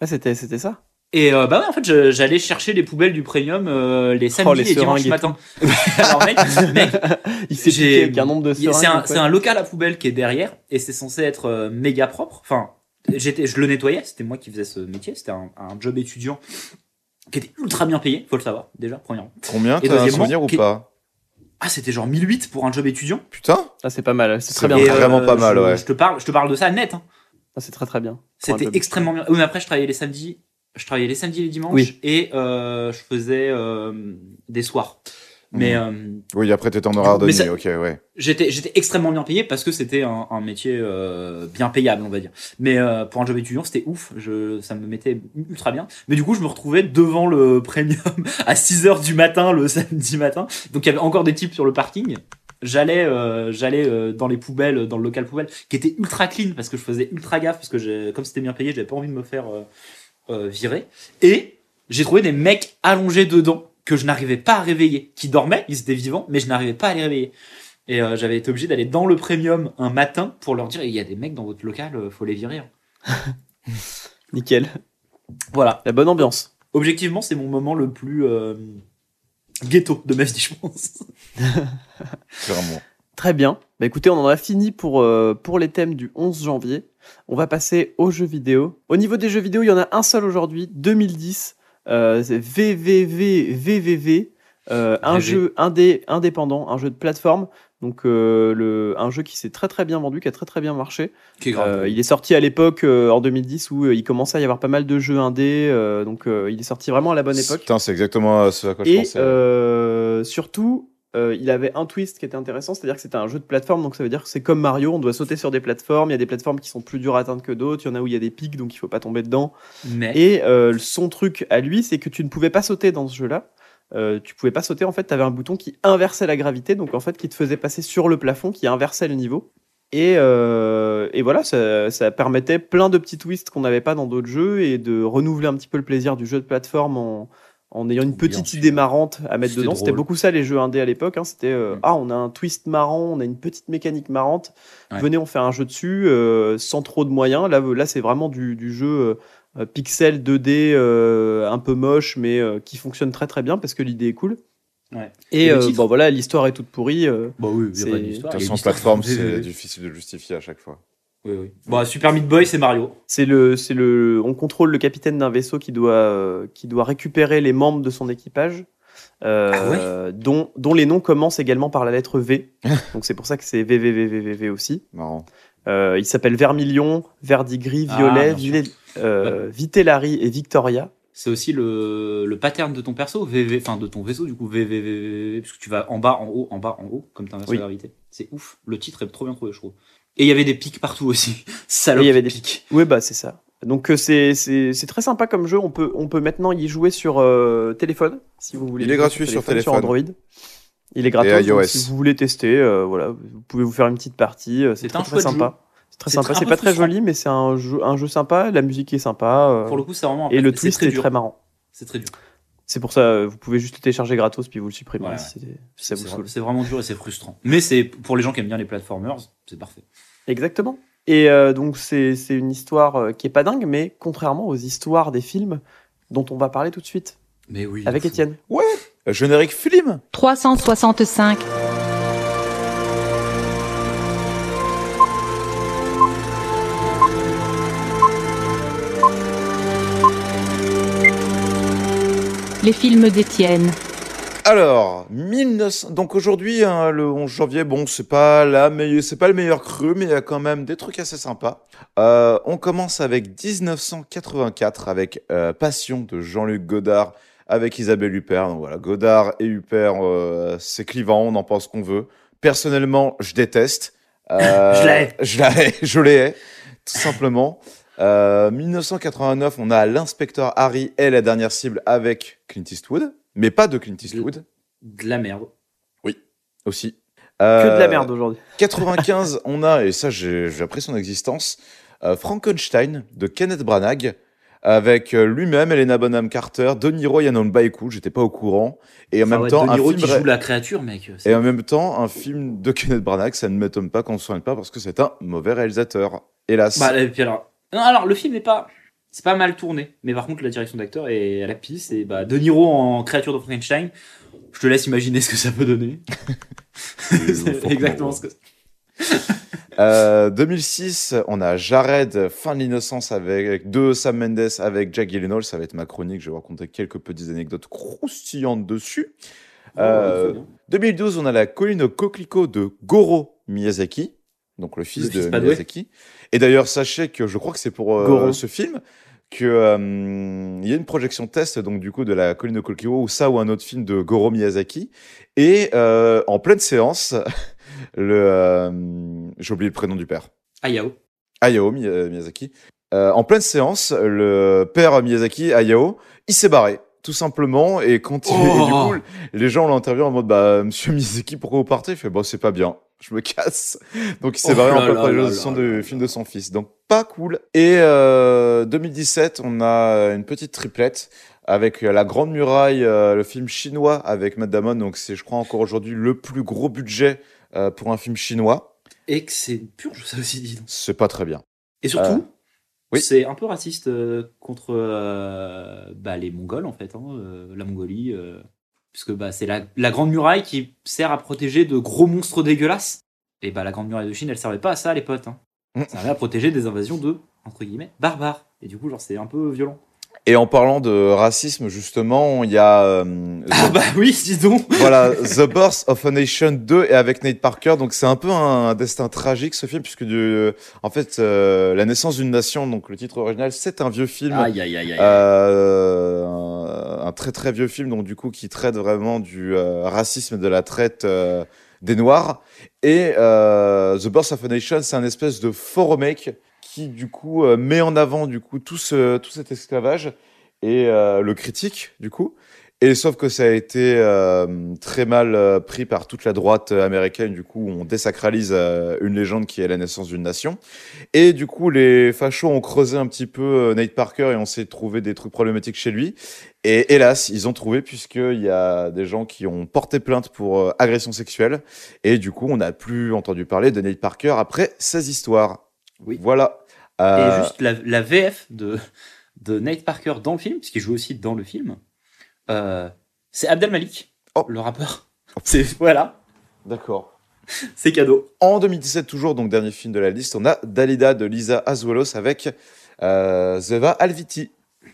D: Ah, c'était c'était ça
B: Et euh, bah ouais, en fait, je- j'allais chercher les poubelles du premium euh, les samedis
D: Oh, les
B: et dimanches
D: seringues et
B: matin. Alors mec, mec,
D: Il s'est
B: J'ai-
D: piqué avec un nombre de
B: Il-
D: seringues.
B: C'est un,
D: quoi.
B: c'est un local à poubelle qui est derrière et c'est censé être euh, méga propre. Enfin, j'étais, je le nettoyais, c'était moi qui faisais ce métier, c'était un, un job étudiant qui était ultra bien payé, faut le savoir, déjà, premièrement.
C: Combien
B: Et
C: T'as un
B: deuxièmement,
C: souvenir ou
B: qu'est-
C: pas
B: Ah, c'était genre 1008 pour un job étudiant. euh,
C: Putain
D: Ah, c'est pas mal, c'est
C: C'est
D: très bien.
C: vrai. vraiment pas mal,
B: je,
C: ouais.
B: Je te parle, je te parle de ça net. hein.
D: Ah, c'est très très bien. Pour un
B: C'était
D: job.
B: extrêmement bien. Oui, mais après, je travaillais les samedis, je travaillais les samedis et les dimanches
D: Oui.
B: et euh, je faisais euh, des soirs. Mais
C: Mhm.
B: euh,
C: Oui, après, t'étais en horaire de
B: Mais
C: nuit,
B: ça-
C: ok, ouais.
B: J'étais, j'étais extrêmement bien payé parce que c'était un, un métier euh, bien payable, on va dire. Mais euh, pour un job étudiant, c'était ouf. Je, ça me mettait ultra bien. Mais du coup, je me retrouvais devant le premium à 6 heures du matin, le samedi matin. Donc, il y avait encore des types sur le parking. J'allais, euh, j'allais euh, dans les poubelles, dans le local poubelle, qui était ultra clean parce que je faisais ultra gaffe parce que j'ai, comme c'était bien payé, j'avais pas envie de me faire euh, euh, virer. Et j'ai trouvé des mecs allongés dedans que je n'arrivais pas à réveiller, qui dormaient, ils étaient vivants, mais je n'arrivais pas à les réveiller. Et euh, j'avais été obligé d'aller dans le premium un matin pour leur dire il y a des mecs dans votre local, euh, faut les virer. hein.
D: Nickel.
B: Voilà.
D: La bonne ambiance.
B: Objectivement, c'est mon moment le plus euh, ghetto de ma vie, je pense.
C: Clairement.
D: Très bien. Bah écoutez, on en a fini pour, euh, pour les thèmes du 11 janvier. On va passer aux jeux vidéo. Au niveau des jeux vidéo, il y en a un seul aujourd'hui, 2010. Euh, c'est VVV, VVV. euh, un
B: VV.
D: jeu indé, indépendant, un jeu de plateforme. Donc, euh, le, un jeu qui s'est très très bien vendu, qui a très très bien marché.
B: Qui est
D: Euh, il est sorti à l'époque, euh, en 2010, où euh, il commençait à y avoir pas mal de jeux indés. euh, donc, euh, il est sorti vraiment à la bonne époque.
C: Putain, c'est exactement ce à quoi je
D: Et
C: pensais.
D: euh, surtout, euh, il avait un twist qui était intéressant, c'est-à-dire que c'était un jeu de plateforme, donc ça veut dire que c'est comme Mario, on doit sauter sur des plateformes, il y a des plateformes qui sont plus dures à atteindre que d'autres, il y en a où il y a des pics, donc il faut pas tomber dedans.
B: Mais
D: Et euh, son truc à lui, c'est que tu ne pouvais pas sauter dans ce jeu-là. Euh, tu pouvais pas sauter, en fait, tu avais un bouton qui inversait la gravité, donc en fait qui te faisait passer sur le plafond, qui inversait le niveau. Et, euh, et voilà, ça, ça permettait plein de petits twists qu'on n'avait pas dans d'autres jeux et de renouveler un petit peu le plaisir du jeu de plateforme en, en ayant une
B: Bien
D: petite
B: sûr.
D: idée marrante à mettre
B: C'était
D: dedans. C'était
B: drôle.
D: beaucoup ça les jeux indés à l'époque. hein. C'était euh,
B: Mm.
D: ah, on a un twist marrant, on a une petite mécanique marrante.
B: Ouais.
D: Venez, on fait un jeu dessus euh, sans trop de moyens. Là, euh, là c'est vraiment du, du jeu. euh, euh, pixel 2D euh, un peu moche mais euh, qui fonctionne très très bien parce que l'idée est cool.
B: Ouais.
D: Et,
B: Et le
D: euh,
B: titre
D: bon voilà, l'histoire est toute pourrie. euh,
B: bah oui, il y
D: c'est-
B: a pas d'histoire.
C: De
B: Il y
C: toute
B: a
C: façon,
B: une histoire.
C: plateforme,
B: Oui, oui,
C: c'est
B: oui.
C: difficile de justifier à chaque fois.
B: Oui, oui. Bon, Super Meat Boy, c'est Mario.
D: c'est le c'est le on contrôle le capitaine d'un vaisseau qui doit euh, qui doit récupérer les membres de son équipage.
B: Ah
D: euh, dont, dont les noms commencent également par la lettre V. Donc c'est pour ça que c'est VVVVVV aussi.
C: Marrant.
D: Euh, il s'appelle Vermilion, Verdigris,
B: Ah,
D: Violet,
B: bien sûr.
D: Villet- euh, Vitellari et Victoria.
B: C'est aussi le, le pattern de ton perso, VV, enfin de ton vaisseau, du coup, VVVV, parce que tu vas en bas, en haut, en bas, en haut, comme t'inverses
D: Oui.
B: la gravité. C'est ouf. Le titre est trop bien trouvé, je trouve. Et il y avait des pics partout aussi. Salope.
D: Et il y avait des
B: pics.
D: Oui, bah c'est ça. Donc euh, c'est c'est c'est très sympa comme jeu. On peut on peut maintenant y jouer sur euh, téléphone si vous voulez.
C: Il est
D: jouer
C: gratuit sur
D: Sur
C: téléphone.
D: Android. Il est gratuit.
C: iOS.
D: Si vous voulez tester, euh, voilà, vous pouvez vous faire une petite partie. euh, C'est
B: C'est
D: très,
B: un
D: très
B: chouette
D: sympa. C'est très
B: C'est
D: sympa.
B: très- un
D: C'est
B: peu
D: pas très
B: frustrant.
D: joli, mais c'est un jeu un jeu sympa. La musique est sympa. euh,
B: Pour le coup, c'est vraiment. un
D: et
B: pattern-
D: le
B: c'est
D: twist
B: très
D: est
B: dur.
D: très marrant.
B: C'est très dur.
D: C'est pour ça, euh, vous pouvez juste le télécharger gratos puis vous le supprimer
B: Voilà,
D: si, c'est- si ça vous
B: C'est
D: saoule.
B: vra- C'est vraiment dur et c'est frustrant. Mais c'est pour les gens qui aiment bien les platformers, c'est parfait.
D: Exactement. Et euh, donc, c'est c'est une histoire euh, qui est pas dingue, mais contrairement aux histoires des films dont on va parler tout de suite
B: Mais oui.
D: avec
B: de fou.
D: Étienne.
C: Euh, Générique film
A: 365. Les films d'Étienne.
C: Alors, 1900... donc aujourd'hui, hein, le 11 janvier, bon, c'est pas la meille- c'est pas le meilleur cru, mais il y a quand même des trucs assez sympas. Euh, on commence avec 1984, avec euh, Passion de Jean-Luc Godard, avec Isabelle Huppert. Donc voilà, Godard et Huppert, euh, c'est clivant, on en pense qu'on veut. Personnellement, je déteste. Euh,
B: Je la hais.
C: Je la hais, je les hais, tout simplement. Euh, 1989, on a l'inspecteur Harry et la dernière cible avec Clint Eastwood, mais pas de Clint Eastwood
B: De la merde.
C: aussi.
D: Que de la
C: Euh,
D: merde aujourd'hui.
C: 95, on a, et ça j'ai j'ai appris son existence, euh, Frankenstein de Kenneth Branagh, avec euh, lui-même, Elena Bonham Carter, De Niro, Yannon Baikou, j'étais pas au courant, et en
B: Enfin,
C: même
B: Ah ouais,
C: temps,
B: De
C: un
B: Niro
C: film
B: qui
C: ré-
B: joue la créature, mec. c'est-
C: et en même temps, un film de Kenneth Branagh, ça ne m'étonne pas qu'on ne soigne pas parce que c'est un mauvais réalisateur, hélas.
B: Bah, et puis alors... Non, alors, le film n'est pas. C'est pas mal tourné. Mais par contre, la direction d'acteur est à la piste. Et bah, De Niro en créature de Frankenstein, je te laisse imaginer ce que ça peut donner. C'est exactement ce que.
C: Euh, 2006, on a Jared, fin de l'innocence avec de Sam Mendes avec Jack Gyllenhaal. Ça va être ma chronique. Je vais vous raconter quelques petites anecdotes croustillantes dessus.
B: Oh,
C: Euh, 2012, on a la colline au coquelicot de Goro Miyazaki, donc le fils
B: Le
C: de
B: fils padoué.
C: Miyazaki. Et d'ailleurs, sachez que je crois que c'est pour euh,
D: Goro.
C: ce film que euh, il y a une projection test donc du coup de la colline au coquelicot ou ça ou un autre film de Goro Miyazaki et euh, en pleine séance le euh, j'ai oublié le prénom du père
B: Ayao.
C: Hayao Mi- euh, Miyazaki. Euh, en pleine séance, le père Miyazaki, Hayao, il s'est barré, tout simplement. Et quand il,
B: Oh.
C: et du coup, les gens l'ont interviewé en mode bah, Monsieur Miyazaki, pourquoi vous partez Il fait Bah, c'est pas bien, je me casse. Donc, il s'est
B: Oh
C: barré
B: là
C: en pleine
B: là
C: présentation
B: là là
C: du
B: là
C: film de son fils. Donc, pas cool. Et euh, 2017, on a une petite triplette avec euh, La Grande Muraille, euh, le film chinois avec Matt Damon. Donc, c'est, je crois, encore aujourd'hui le plus gros budget euh, pour un film chinois.
B: Et que c'est une purge, ça aussi, dis donc.
C: C'est pas très bien.
B: Et surtout,
C: oui.
B: c'est un peu raciste euh, contre euh, bah, les Mongols, en fait, hein, euh, la Mongolie. euh, parce que bah, c'est la, la Grande Muraille qui sert à protéger de gros monstres dégueulasses. Et bah, la Grande Muraille de Chine, elle servait pas à ça, les potes. Hein.
C: Mm.
B: Ça servait à protéger des invasions de, entre guillemets, barbares. Et du coup, genre, c'est un peu violent.
C: Et en parlant de racisme, justement, il y a euh,
B: Ah bah oui, dis donc
C: voilà, The Birth of a Nation 2 et avec Nate Parker. Donc c'est un peu un destin tragique ce film puisque du, en fait euh, La naissance d'une nation, donc le titre original, c'est un vieux film.
B: Aïe, aïe, aïe, aïe.
C: Euh, un, un très très vieux film donc du coup qui traite vraiment du euh, racisme et de la traite euh, des noirs et euh, The Birth of a Nation c'est un espèce de faux remake qui du coup euh, met en avant du coup tout ce tout cet esclavage et euh, le critique du coup et sauf que ça a été euh, très mal euh, pris par toute la droite euh, américaine du coup on désacralise euh, une légende qui est la naissance d'une nation et du coup, les fachos ont creusé un petit peu euh, Nate Parker et on s'est trouvé des trucs problématiques chez lui. Et hélas, ils ont trouvé puisqu'il y a des gens qui ont porté plainte pour euh, agression sexuelle. Et du coup, on n'a plus entendu parler de Nate Parker après ces histoires.
B: Oui.
C: Voilà.
B: Et
C: Euh,
B: juste la, la VF de, de Nate Parker dans le film, puisqu'il joue aussi dans le film, euh, c'est Abdel Malik,
C: Oh.
B: le rappeur.
C: Oh.
B: C'est voilà,
C: D'accord.
B: c'est cadeau.
C: En 2017, toujours, donc dernier film de la liste, on a Dalida de Lisa Azuelos avec euh, Zeva Alviti.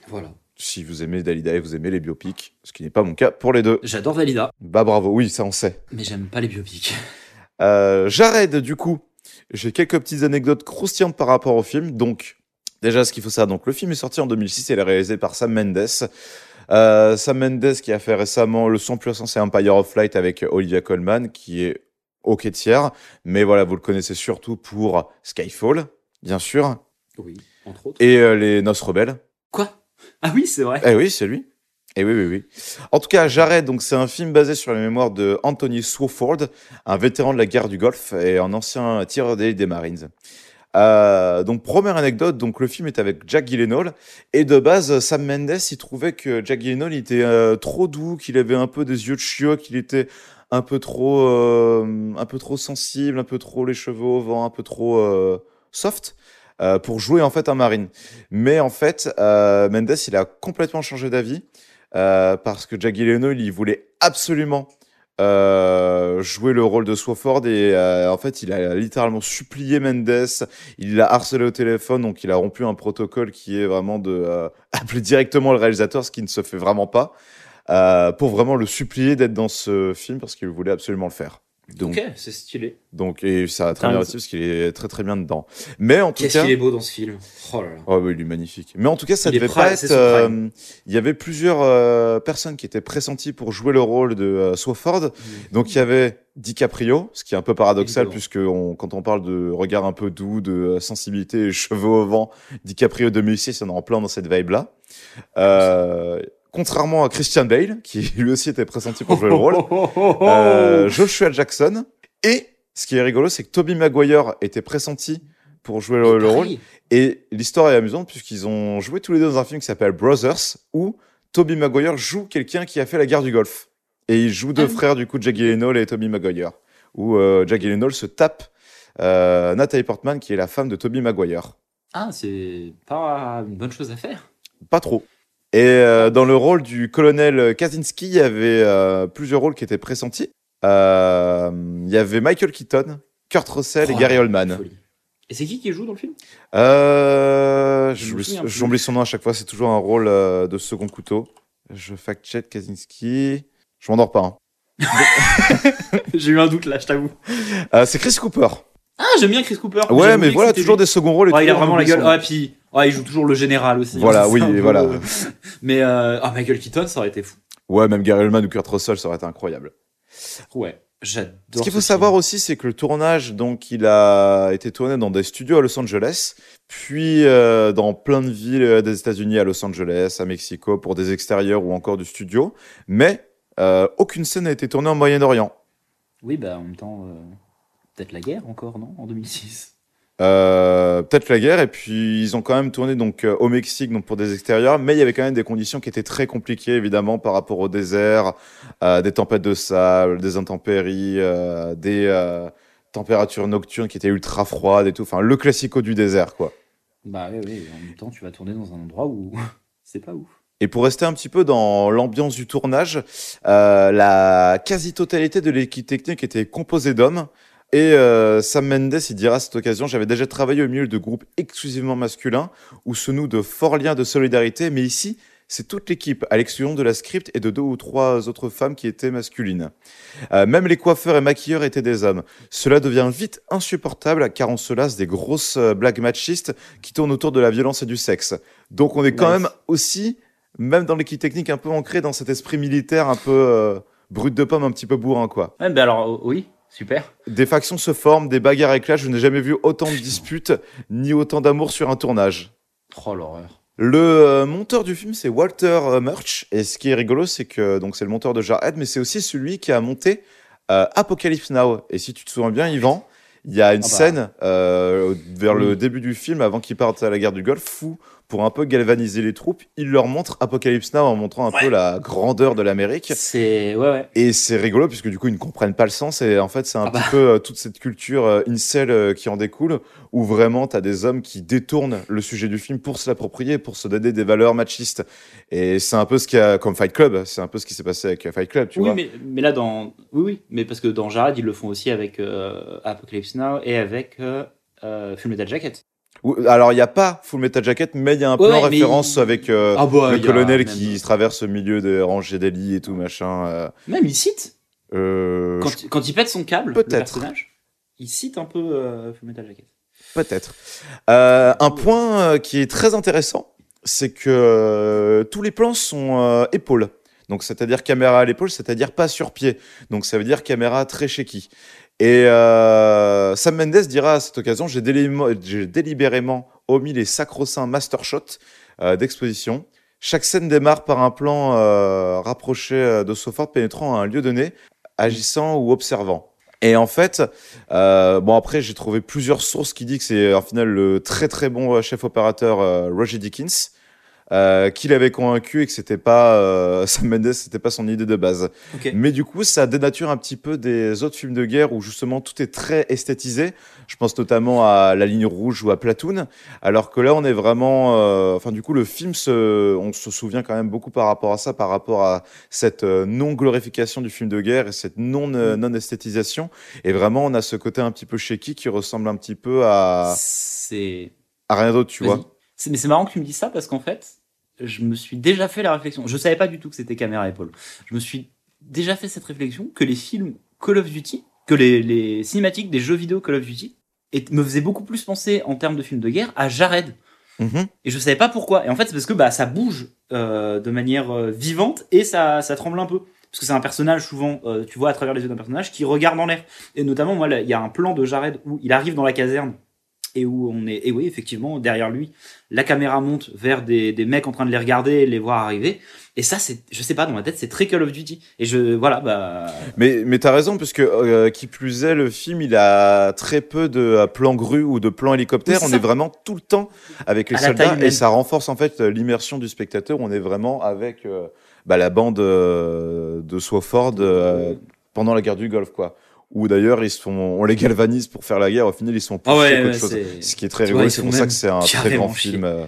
B: Voilà.
C: Si vous aimez Dalida et vous aimez les biopics, ce qui n'est pas mon cas pour les deux.
B: J'adore Dalida,
C: Bah bravo, oui, ça on sait.
B: mais j'aime pas les biopics.
C: Euh, Jared, du coup, j'ai quelques petites anecdotes croustillantes par rapport au film. Donc, déjà, ce qu'il faut savoir, donc, le film est sorti en 2006 et il est réalisé par Sam Mendes. Euh, Sam Mendes qui a fait récemment Le Son plus sens et Empire of Light avec Olivia Colman, qui est ok tiers, mais voilà, vous le connaissez surtout pour Skyfall, bien sûr,
B: Oui, entre autres.
C: et euh, Les Noces Rebelles.
B: Quoi Ah oui, c'est vrai.
C: Eh oui, c'est lui. Eh oui, oui, oui. En tout cas, Jared, donc c'est un film basé sur la mémoire de Anthony Swofford, un vétéran de la guerre du Golfe et un ancien tireur d'élite des Marines. Euh, donc première anecdote, donc le film est avec Jack Gyllenhaal et de base Sam Mendes il trouvait que Jack Gyllenhaal il était euh, trop doux, qu'il avait un peu des yeux de chiot, qu'il était un peu trop euh, un peu trop sensible, un peu trop les cheveux au vent, un peu trop euh, soft euh, pour jouer en fait un marine. Mais en fait, euh, Mendes, il a complètement changé d'avis euh, parce que Jack Gyllenhaal, il voulait absolument euh, jouer le rôle de Swofford et euh, en fait, il a littéralement supplié Mendes. Il l'a harcelé au téléphone, donc il a rompu un protocole qui est vraiment de euh, appeler directement le réalisateur, ce qui ne se fait vraiment pas, euh, pour vraiment le supplier d'être dans ce film parce qu'il voulait absolument le faire. Donc,
B: Ok, c'est stylé.
C: donc et ça a très
D: Putain,
C: bien réussi parce qu'il est très très bien dedans. Mais en tout
B: Qu'est-ce
C: cas,
B: qu'il est beau dans ce film. Oh là là.
C: Oh oui, il est magnifique. Mais en tout cas, ça
B: Il est
C: devait
B: prime,
C: pas
B: c'est
C: être.
B: son
C: euh,
B: prime.
C: Il y avait plusieurs euh, personnes qui étaient pressenties pour jouer le rôle de euh, Swofford. Donc il y avait DiCaprio, ce qui est un peu paradoxal
B: Évidemment.
C: puisque on, quand on parle de regard un peu doux, de euh, sensibilité, et cheveux au vent, DiCaprio 2006, on est en plein dans cette vibe là. Euh, contrairement à Christian Bale, qui lui aussi était pressenti pour jouer Oh, le
B: Oh,
C: rôle. Euh, Joshua Jackson. Et ce qui est rigolo, c'est que Toby Maguire était pressenti pour jouer le- le rôle. Et l'histoire est amusante puisqu'ils ont joué tous les deux dans un film qui s'appelle Brothers où Toby Maguire joue quelqu'un qui a fait la guerre du Golfe. Et ils jouent deux frères du coup, Jack Gyllenhaal et Toby Maguire. Où euh, Jack Gyllenhaal se tape euh, Nathalie Portman qui est la femme de Toby Maguire.
B: Ah, c'est pas une bonne chose à faire.
C: Pas trop. Et euh, dans le rôle du colonel Kaczynski, il y avait euh, plusieurs rôles qui étaient pressentis. Euh, il y avait Michael Keaton, Kurt Russell et
B: Oh,
C: Gary Oldman.
B: Folie. Et c'est qui qui joue dans le film
C: Euh,
B: Je me
C: j'oublie
B: souviens plus.
C: j'oublie son nom à chaque fois, c'est toujours un rôle euh, de second couteau. Je fact-check Kaczynski. Je m'endors pas. hein.
B: J'ai eu un doute là, je t'avoue.
C: Euh, c'est Chris Cooper.
B: Ah, j'aime bien Chris Cooper.
C: Ouais, mais voilà, toujours des seconds rôles. et
B: Ouais, il a
C: toujours,
B: vraiment la
C: j'oublie
B: gueule.
C: son nom.
B: Ouais, puis ouais, il joue toujours le général aussi. hein,
C: Voilà,
B: C'est
C: oui,
B: un peu
C: voilà.
B: le- Mais euh... ah, Michael Keaton, ça aurait été fou.
C: Ouais, même Gary Oldman ou Kurt Russell, ça aurait été incroyable.
B: Ouais, j'adore.
C: Ce qu'il
B: ce
C: faut
B: film.
C: savoir aussi, c'est que le tournage, donc, il a été tourné dans des studios à Los Angeles, puis euh, dans plein de villes euh, des États-Unis, à Los Angeles, à Mexico, pour des extérieurs ou encore du studio. Mais euh, aucune scène n'a été tournée en Moyen-Orient.
B: Oui, bah en même temps, euh, peut-être la guerre encore, non En 2006.
C: Euh, Peut-être la guerre, et puis ils ont quand même tourné donc euh, au Mexique, donc pour des extérieurs, mais il y avait quand même des conditions qui étaient très compliquées, évidemment, par rapport au désert, euh, des tempêtes de sable, des intempéries, euh, des euh, températures nocturnes qui étaient ultra froides et tout. Enfin, le classico du désert, quoi.
B: Bah oui, oui, en même temps, tu vas tourner dans un endroit où c'est pas ouf.
C: Et pour rester un petit peu dans l'ambiance du tournage, euh, la quasi-totalité de l'équipe technique était composée d'hommes. Et euh, Sam Mendes, il dira à cette occasion, j'avais déjà travaillé au milieu de groupes exclusivement masculins, où se nouent de forts liens de solidarité, mais ici, c'est toute l'équipe, à l'exclusion de la script et de deux ou trois autres femmes qui étaient masculines. Euh, même les coiffeurs et maquilleurs étaient des hommes. Cela devient vite insupportable, car on se lasse des grosses euh, blagues machistes qui tournent autour de la violence et du sexe. Donc on est quand
B: Nice.
C: même aussi même dans l'équipe technique, un peu ancré dans cet esprit militaire un peu euh, brut de pomme, un petit peu bourrin, quoi.
B: Ouais, bah alors, euh, oui, super.
C: Des factions se forment, des bagarres éclatent, je n'ai jamais vu autant de disputes, ni autant d'amour sur un tournage.
B: Oh l'horreur.
C: Le euh, monteur du film, c'est Walter euh, Murch, et ce qui est rigolo, c'est que donc c'est le monteur de Jarhead, mais c'est aussi celui qui a monté euh, Apocalypse Now. Et si tu te souviens bien, Yvan, il y a
B: Ah
C: une
B: bah.
C: scène euh, vers le
B: Oui.
C: début du film, avant qu'ils partent à la guerre du Golfe, où pour un peu galvaniser les troupes, il leur montre Apocalypse Now en montrant un peu la grandeur de l'Amérique.
B: C'est. Ouais, ouais.
C: Et c'est rigolo puisque du coup ils ne comprennent pas le sens et en fait c'est un
B: Ah
C: petit
B: bah.
C: peu euh, toute cette culture euh, incel euh, qui en découle où vraiment t'as des hommes qui détournent le sujet du film pour se l'approprier, pour se donner des valeurs machistes. Et c'est un peu ce qu'il y a comme Fight Club, c'est un peu ce qui s'est passé avec euh, Fight Club, tu
B: oui,
C: vois.
B: mais, mais là, dans. Oui, oui, mais parce que dans Jared, ils le font aussi avec euh, Apocalypse Now et avec euh, euh, Full Metal Jacket.
C: Ou- Alors il n'y a pas Full Metal Jacket mais il y a un
B: Ouais,
C: plan
B: ouais, mais
C: référence
B: il-
C: avec euh,
B: ah, bah,
C: le
B: il y a
C: colonel
B: même-
C: qui traverse au milieu des rangées des lits et tout machin. euh,
B: Même, il cite.
C: euh, je-
B: Quand, quand il pète son câble, le
C: Peut-être.
B: personnage, il cite un peu euh, Full Metal Jacket.
C: Peut-être. Euh, un point euh, qui est très intéressant, c'est que euh, tous les plans sont euh, épaule. Donc, c'est-à-dire caméra à l'épaule, c'est-à-dire pas sur pied. Donc, ça veut dire caméra très shaky. Et euh, Sam Mendes dira à cette occasion J'ai délimo- j'ai délibérément omis les sacro-saints master shots euh, d'exposition. Chaque scène démarre par un plan euh, rapproché euh, de sofa pénétrant à un lieu donné, agissant ou observant. Et en fait, euh, bon après j'ai trouvé plusieurs sources qui disent que c'est en final le très très bon euh, chef opérateur euh, Roger Dickens euh, qui l'avait convaincu et que c'était pas euh, Sam Mendes, c'était pas son idée de base.
B: Ok.
C: Mais du coup, ça dénature un petit peu des autres films de guerre où justement tout est très esthétisé. Je pense notamment à La Ligne Rouge ou à Platoon. Alors que là, on est vraiment. euh, Enfin, du coup, le film, se... on se souvient quand même beaucoup par rapport à ça, par rapport à cette euh, non-glorification du film de guerre et cette non, euh,
B: Mm.
C: non-esthétisation. Et vraiment, on a ce côté un petit peu shaky qui ressemble un petit peu à,
B: C'est.
C: à rien d'autre, tu
B: Vas-y.
C: vois.
B: C'est- Mais c'est marrant que tu me dises ça parce qu'en fait, je me suis déjà fait la réflexion. Je savais pas du tout que c'était caméra à épaule. Je me suis déjà fait cette réflexion que les films Call of Duty, que les, les cinématiques des jeux vidéo Call of Duty, et me faisaient beaucoup plus penser en termes de films de guerre à Jared.
C: Mhm.
B: Et je savais pas pourquoi. Et en fait, c'est parce que bah, ça bouge euh, de manière euh, vivante et ça, ça tremble un peu. Parce que c'est un personnage, souvent, euh, tu vois à travers les yeux d'un personnage, qui regarde en l'air. Et notamment, moi, là, il y a un plan de Jared où il arrive dans la caserne et où on est. Et oui, effectivement, derrière lui, la caméra monte vers des, des mecs en train de les regarder et les voir arriver. Et ça, c'est, je sais pas, dans ma tête, c'est très Call of Duty. Et je, voilà, bah.
C: Mais, mais t'as raison, parce que euh, qui plus est, le film, il a très peu de euh, plans grue ou de plans hélicoptère.
B: Oui, c'est
C: on
B: ça.
C: est vraiment tout le temps avec les
B: À la taille
C: soldats et
B: humaine.
C: ça renforce en fait euh, l'immersion du spectateur. On est vraiment avec euh, bah, la bande euh, de Swofford euh, pendant la guerre du Golfe, quoi. où d'ailleurs ils se font, on les galvanise pour faire la guerre. Au final, ils sont plus
B: Ah ouais,
C: chauds
B: ouais,
C: qu'autre chose.
B: c'est-
C: Ce qui est très
B: Ouais,
C: rigolo,
B: ils
C: c'est
B: sont
C: pour ça
B: même
C: que c'est un très
B: carrément
C: grand
B: chiés.
C: film. euh,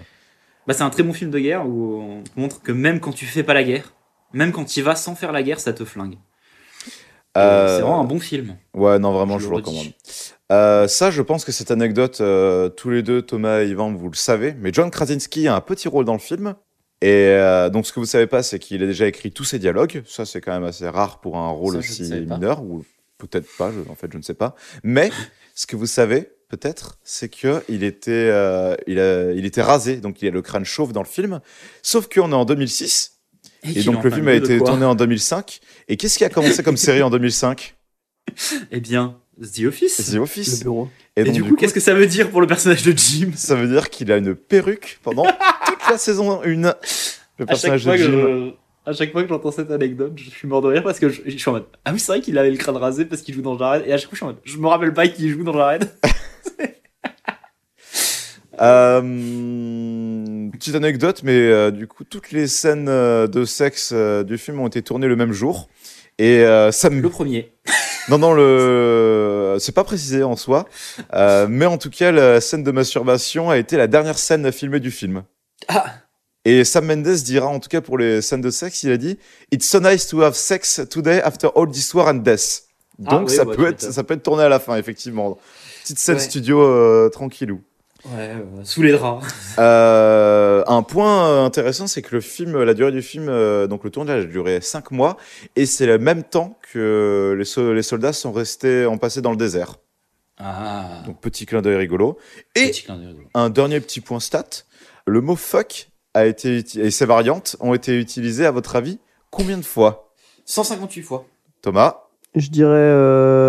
B: Bah, c'est un très bon film de guerre où on te montre que même quand tu fais pas la guerre, même quand tu y vas sans faire la guerre, ça te flingue.
C: euh,
B: C'est vraiment un bon film.
C: Ouais, non, vraiment,
B: Je
C: je,
B: le
C: vous
B: redis.
C: recommande. Euh, ça, je pense que cette anecdote, euh, tous les deux, Thomas et Ivan, vous le savez, mais John Krasinski a un petit rôle dans le film. Et euh, donc, ce que vous savez pas, c'est qu'il a déjà écrit tous ses dialogues. Ça, c'est quand même assez rare pour un rôle
B: Ça, je ne
C: aussi
B: savais pas.
C: mineur, ou peut-être pas, je- en fait, je ne sais pas. Mais ce que vous savez, peut-être, c'est qu'il était, euh, il a- il était rasé, donc il a le crâne chauve dans le film. Sauf qu'on est en 2006, et
B: qu'il en
C: donc le
B: fait
C: film
B: un
C: a
B: peu de
C: été
B: quoi.
C: tourné en 2005. Et qu'est-ce qui a commencé comme série en 2005
B: Eh bien, The Office.
C: The Office.
D: Le bureau.
B: Et, du, coup, qu'est-ce que ça veut dire pour le personnage de Jim
C: Ça veut dire qu'il a une perruque pendant toute la saison 1. Le
B: à chaque,
C: personnage de
B: fois que
C: Jim.
B: je- à chaque fois que j'entends cette anecdote, je suis mort de rire parce que je, je suis en mode Ah oui, c'est vrai qu'il avait le crâne rasé parce qu'il joue dans Jared. Et à chaque fois, je suis en mode Je me rappelle pas qu'il joue dans Jared.
C: Euh, petite anecdote, mais euh, du coup, toutes les scènes euh, de sexe euh, du film ont été tournées le même jour. Et euh, ça me
B: Le premier.
C: Non, non, le... c'est pas précisé en soi. Euh, mais en tout cas, la scène de masturbation a été la dernière scène filmée du film.
B: Ah.
C: Et Sam Mendes dira, en tout cas pour les scènes de sexe, il a dit It's so nice to have sex today after all this war and death.
B: Ah
C: Donc
B: oui,
C: ça,
B: bah, tu
C: peut être,
B: m'étonnes.
C: ça peut être tourné à la fin, effectivement. Petite scène
B: Ouais.
C: studio euh, tranquillou.
B: Ouais, sous les draps.
C: Euh, un point euh, intéressant, c'est que le film, la durée du film, euh, donc le tournage a duré 5 mois, et c'est le même temps que les, so- les soldats sont restés en passé dans le désert.
B: Ah.
C: Donc petit clin d'œil rigolo. Et
B: Petit clin d'œil.
C: un dernier petit point stat, le mot fuck a été uti- et ses variantes ont été utilisées à votre avis combien de fois
B: 158 fois.
C: Thomas,
D: Je dirais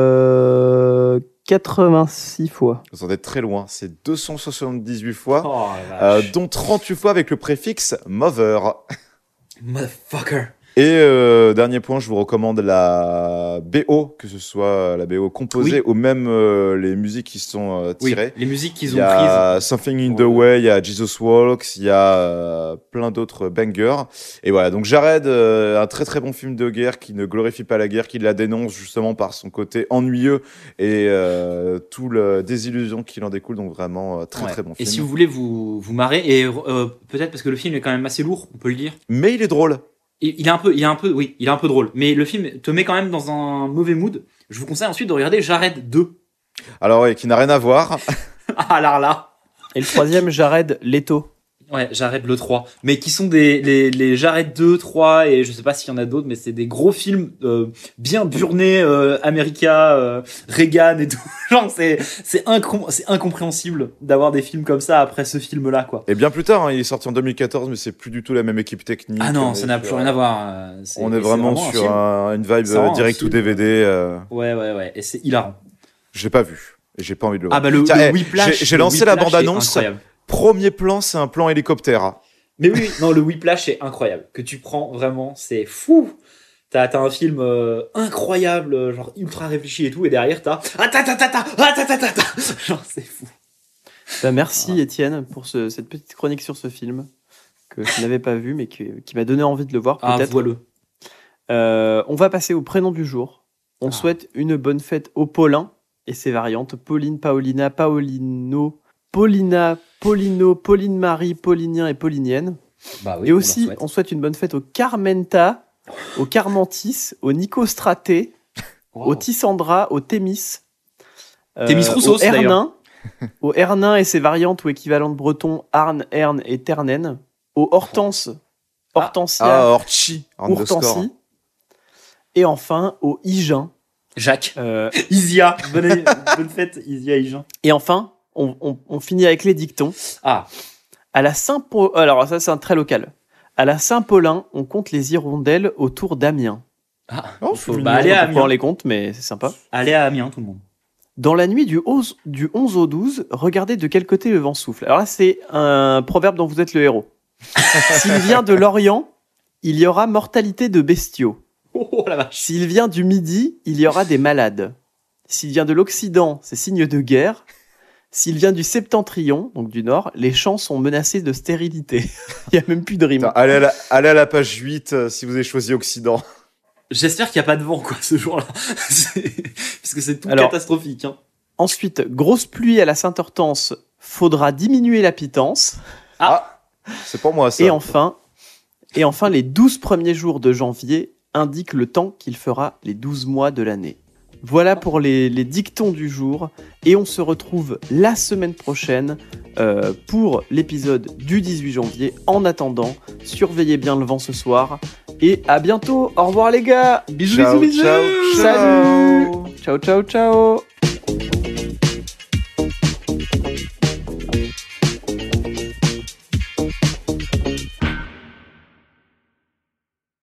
D: euh, 86 fois.
C: vous en êtes très loin, c'est 278 fois,
B: Oh la
C: euh,
B: vache.
C: dont 38 fois avec le préfixe mover.
B: Motherfucker.
C: Et euh, dernier point, je vous recommande la BO, que ce soit la BO composée ou même euh, les musiques qui sont euh,
B: Oui,
C: tirées.
B: les musiques qu'ils
C: il y
B: ont
C: a
B: prises.
C: Something in
B: pour
C: the
B: le-
C: Way, il y a Jesus Walks, il y a euh, plein d'autres bangers. Et voilà, donc Jared, euh, un très très bon film de guerre qui ne glorifie pas la guerre, qui la dénonce justement par son côté ennuyeux et euh, tout le désillusion qui en découle. Donc vraiment euh, très
B: Ouais.
C: très bon
B: Et
C: film.
B: si vous voulez vous, vous marrer, et euh, peut-être parce que le film est quand même assez lourd, on peut le dire.
C: Mais il est drôle.
B: Il, il est un peu, il est un peu, oui, il est un peu drôle. Mais le film te met quand même dans un mauvais mood. Je vous conseille ensuite de regarder Jared 2.
C: Alors oui, qui n'a rien à voir.
B: Ah là là.
D: Et le troisième, Jared Leto.
B: Ouais, Jared le 3. Mais qui sont des, les, les Jared 2, 3, et je sais pas s'il y en a d'autres, mais c'est des gros films euh, bien burnés, euh, America, euh, Reagan et tout. Genre, c'est, c'est, incom- c'est incompréhensible d'avoir des films comme ça après ce film-là, quoi.
C: Et bien plus tard, hein, il est sorti en 2014, mais c'est plus du tout la même équipe technique.
B: Ah non,
C: On
B: ça
C: est
B: n'a
C: sur-
B: plus rien à voir. euh, c'est-
C: On
B: c'est
C: est vraiment,
B: un
C: sur
B: film.
C: un- une vibe
B: C'est vraiment
C: euh, direct
B: un
C: ou
B: film.
C: DVD. euh,
B: Ouais, ouais, ouais. Et c'est hilarant.
C: je l'ai pas vu. Et j'ai pas envie de le voir.
B: Ah bah le,
C: Tiens,
B: le
C: eh,
B: Whiplash.
C: j'ai- J'ai
B: le
C: lancé la
B: Whiplash est
C: bande-annonce.
B: incroyable.
C: Premier plan, c'est un plan hélicoptère. Ah,
B: Mais oui, oui, non, le Whiplash est incroyable. Que tu prends vraiment, c'est fou. T'as t'as un film euh, incroyable, euh, genre ultra réfléchi et tout, et derrière t'as. Ah ta ta ta ta Ah ta ta ta ta Genre c'est fou.
D: Bah, merci Étienne pour ce- cette petite chronique sur ce film que je n'avais pas vu mais que- qui m'a donné envie de le voir
B: Ah,
D: peut-être.
B: voileux.
D: Euh, on va passer au prénom du jour. On
B: Ah.
D: souhaite une bonne fête aux Paulins et ses variantes Pauline, Paolina, Paolino, Paulina, Paulino, Pauline Marie, Paulinien et Paulinienne.
B: Bah
D: et aussi, on souhaite une bonne fête aux Carmenta, aux Carmentis, aux Nicostraté, aux Tissandra, aux Thémis. euh,
B: Thémis Roussos,
D: aux Hernin, aux Hernin et ses variantes ou équivalentes bretons Arne, Erne et Ternen, aux Hortense,
C: Ah,
D: Hortensia,
C: Orchi. Underscore.
D: Hortensie, et enfin aux Igin.
B: Jacques.
D: euh,
B: Isia. Bonne, bonne fête, Isia Ijan.
D: et enfin, on, on- on finit avec les dictons.
B: Ah,
D: À la saint alors ça c'est un très local. À la Saint-Paulin, on compte les hirondelles autour d'Amiens.
B: ah.
C: Oh,
B: faut,
C: c'est
B: bah,
C: mignon,
B: allez à
D: Je sais pas pourquoi on
B: Amiens.
D: les compte, mais c'est sympa.
B: Allez à Amiens, tout le monde.
D: Dans la nuit du 11, du 11 au 12, regardez de quel côté le vent souffle. Alors là, c'est un proverbe dont vous êtes le héros. S'il vient de l'Orient, il y aura mortalité de bestiaux.
B: Oh, oh, la vache.
D: S'il vient du Midi, il y aura des malades. S'il vient de l'Occident, c'est signe de guerre. S'il vient du Septentrion, donc du Nord, les champs sont menacés de stérilité. il n'y a même plus de rime.
C: Putain, allez, à la, allez à la page 8 euh, si vous avez choisi Occident.
B: J'espère qu'il n'y a pas de vent, quoi, ce jour-là. C'est- Parce Parce que c'est tout
D: Alors-
B: catastrophique. hein.
D: Ensuite, grosse pluie à la Saint-Hortense, faudra diminuer la pitance.
B: Ah.
C: C'est pour moi ça.
D: Et enfin, et enfin, les 12 premiers jours de janvier indiquent le temps qu'il fera les 12 mois de l'année. Voilà pour les, les dictons du jour, et on se retrouve la semaine prochaine euh, pour l'épisode du 18 janvier. En attendant, surveillez bien le vent ce soir, et à bientôt. Au revoir les gars. Bisous,
C: Ciao,
D: bisous, bisous.
C: ciao, ciao.
D: Salut. Ciao, ciao, ciao.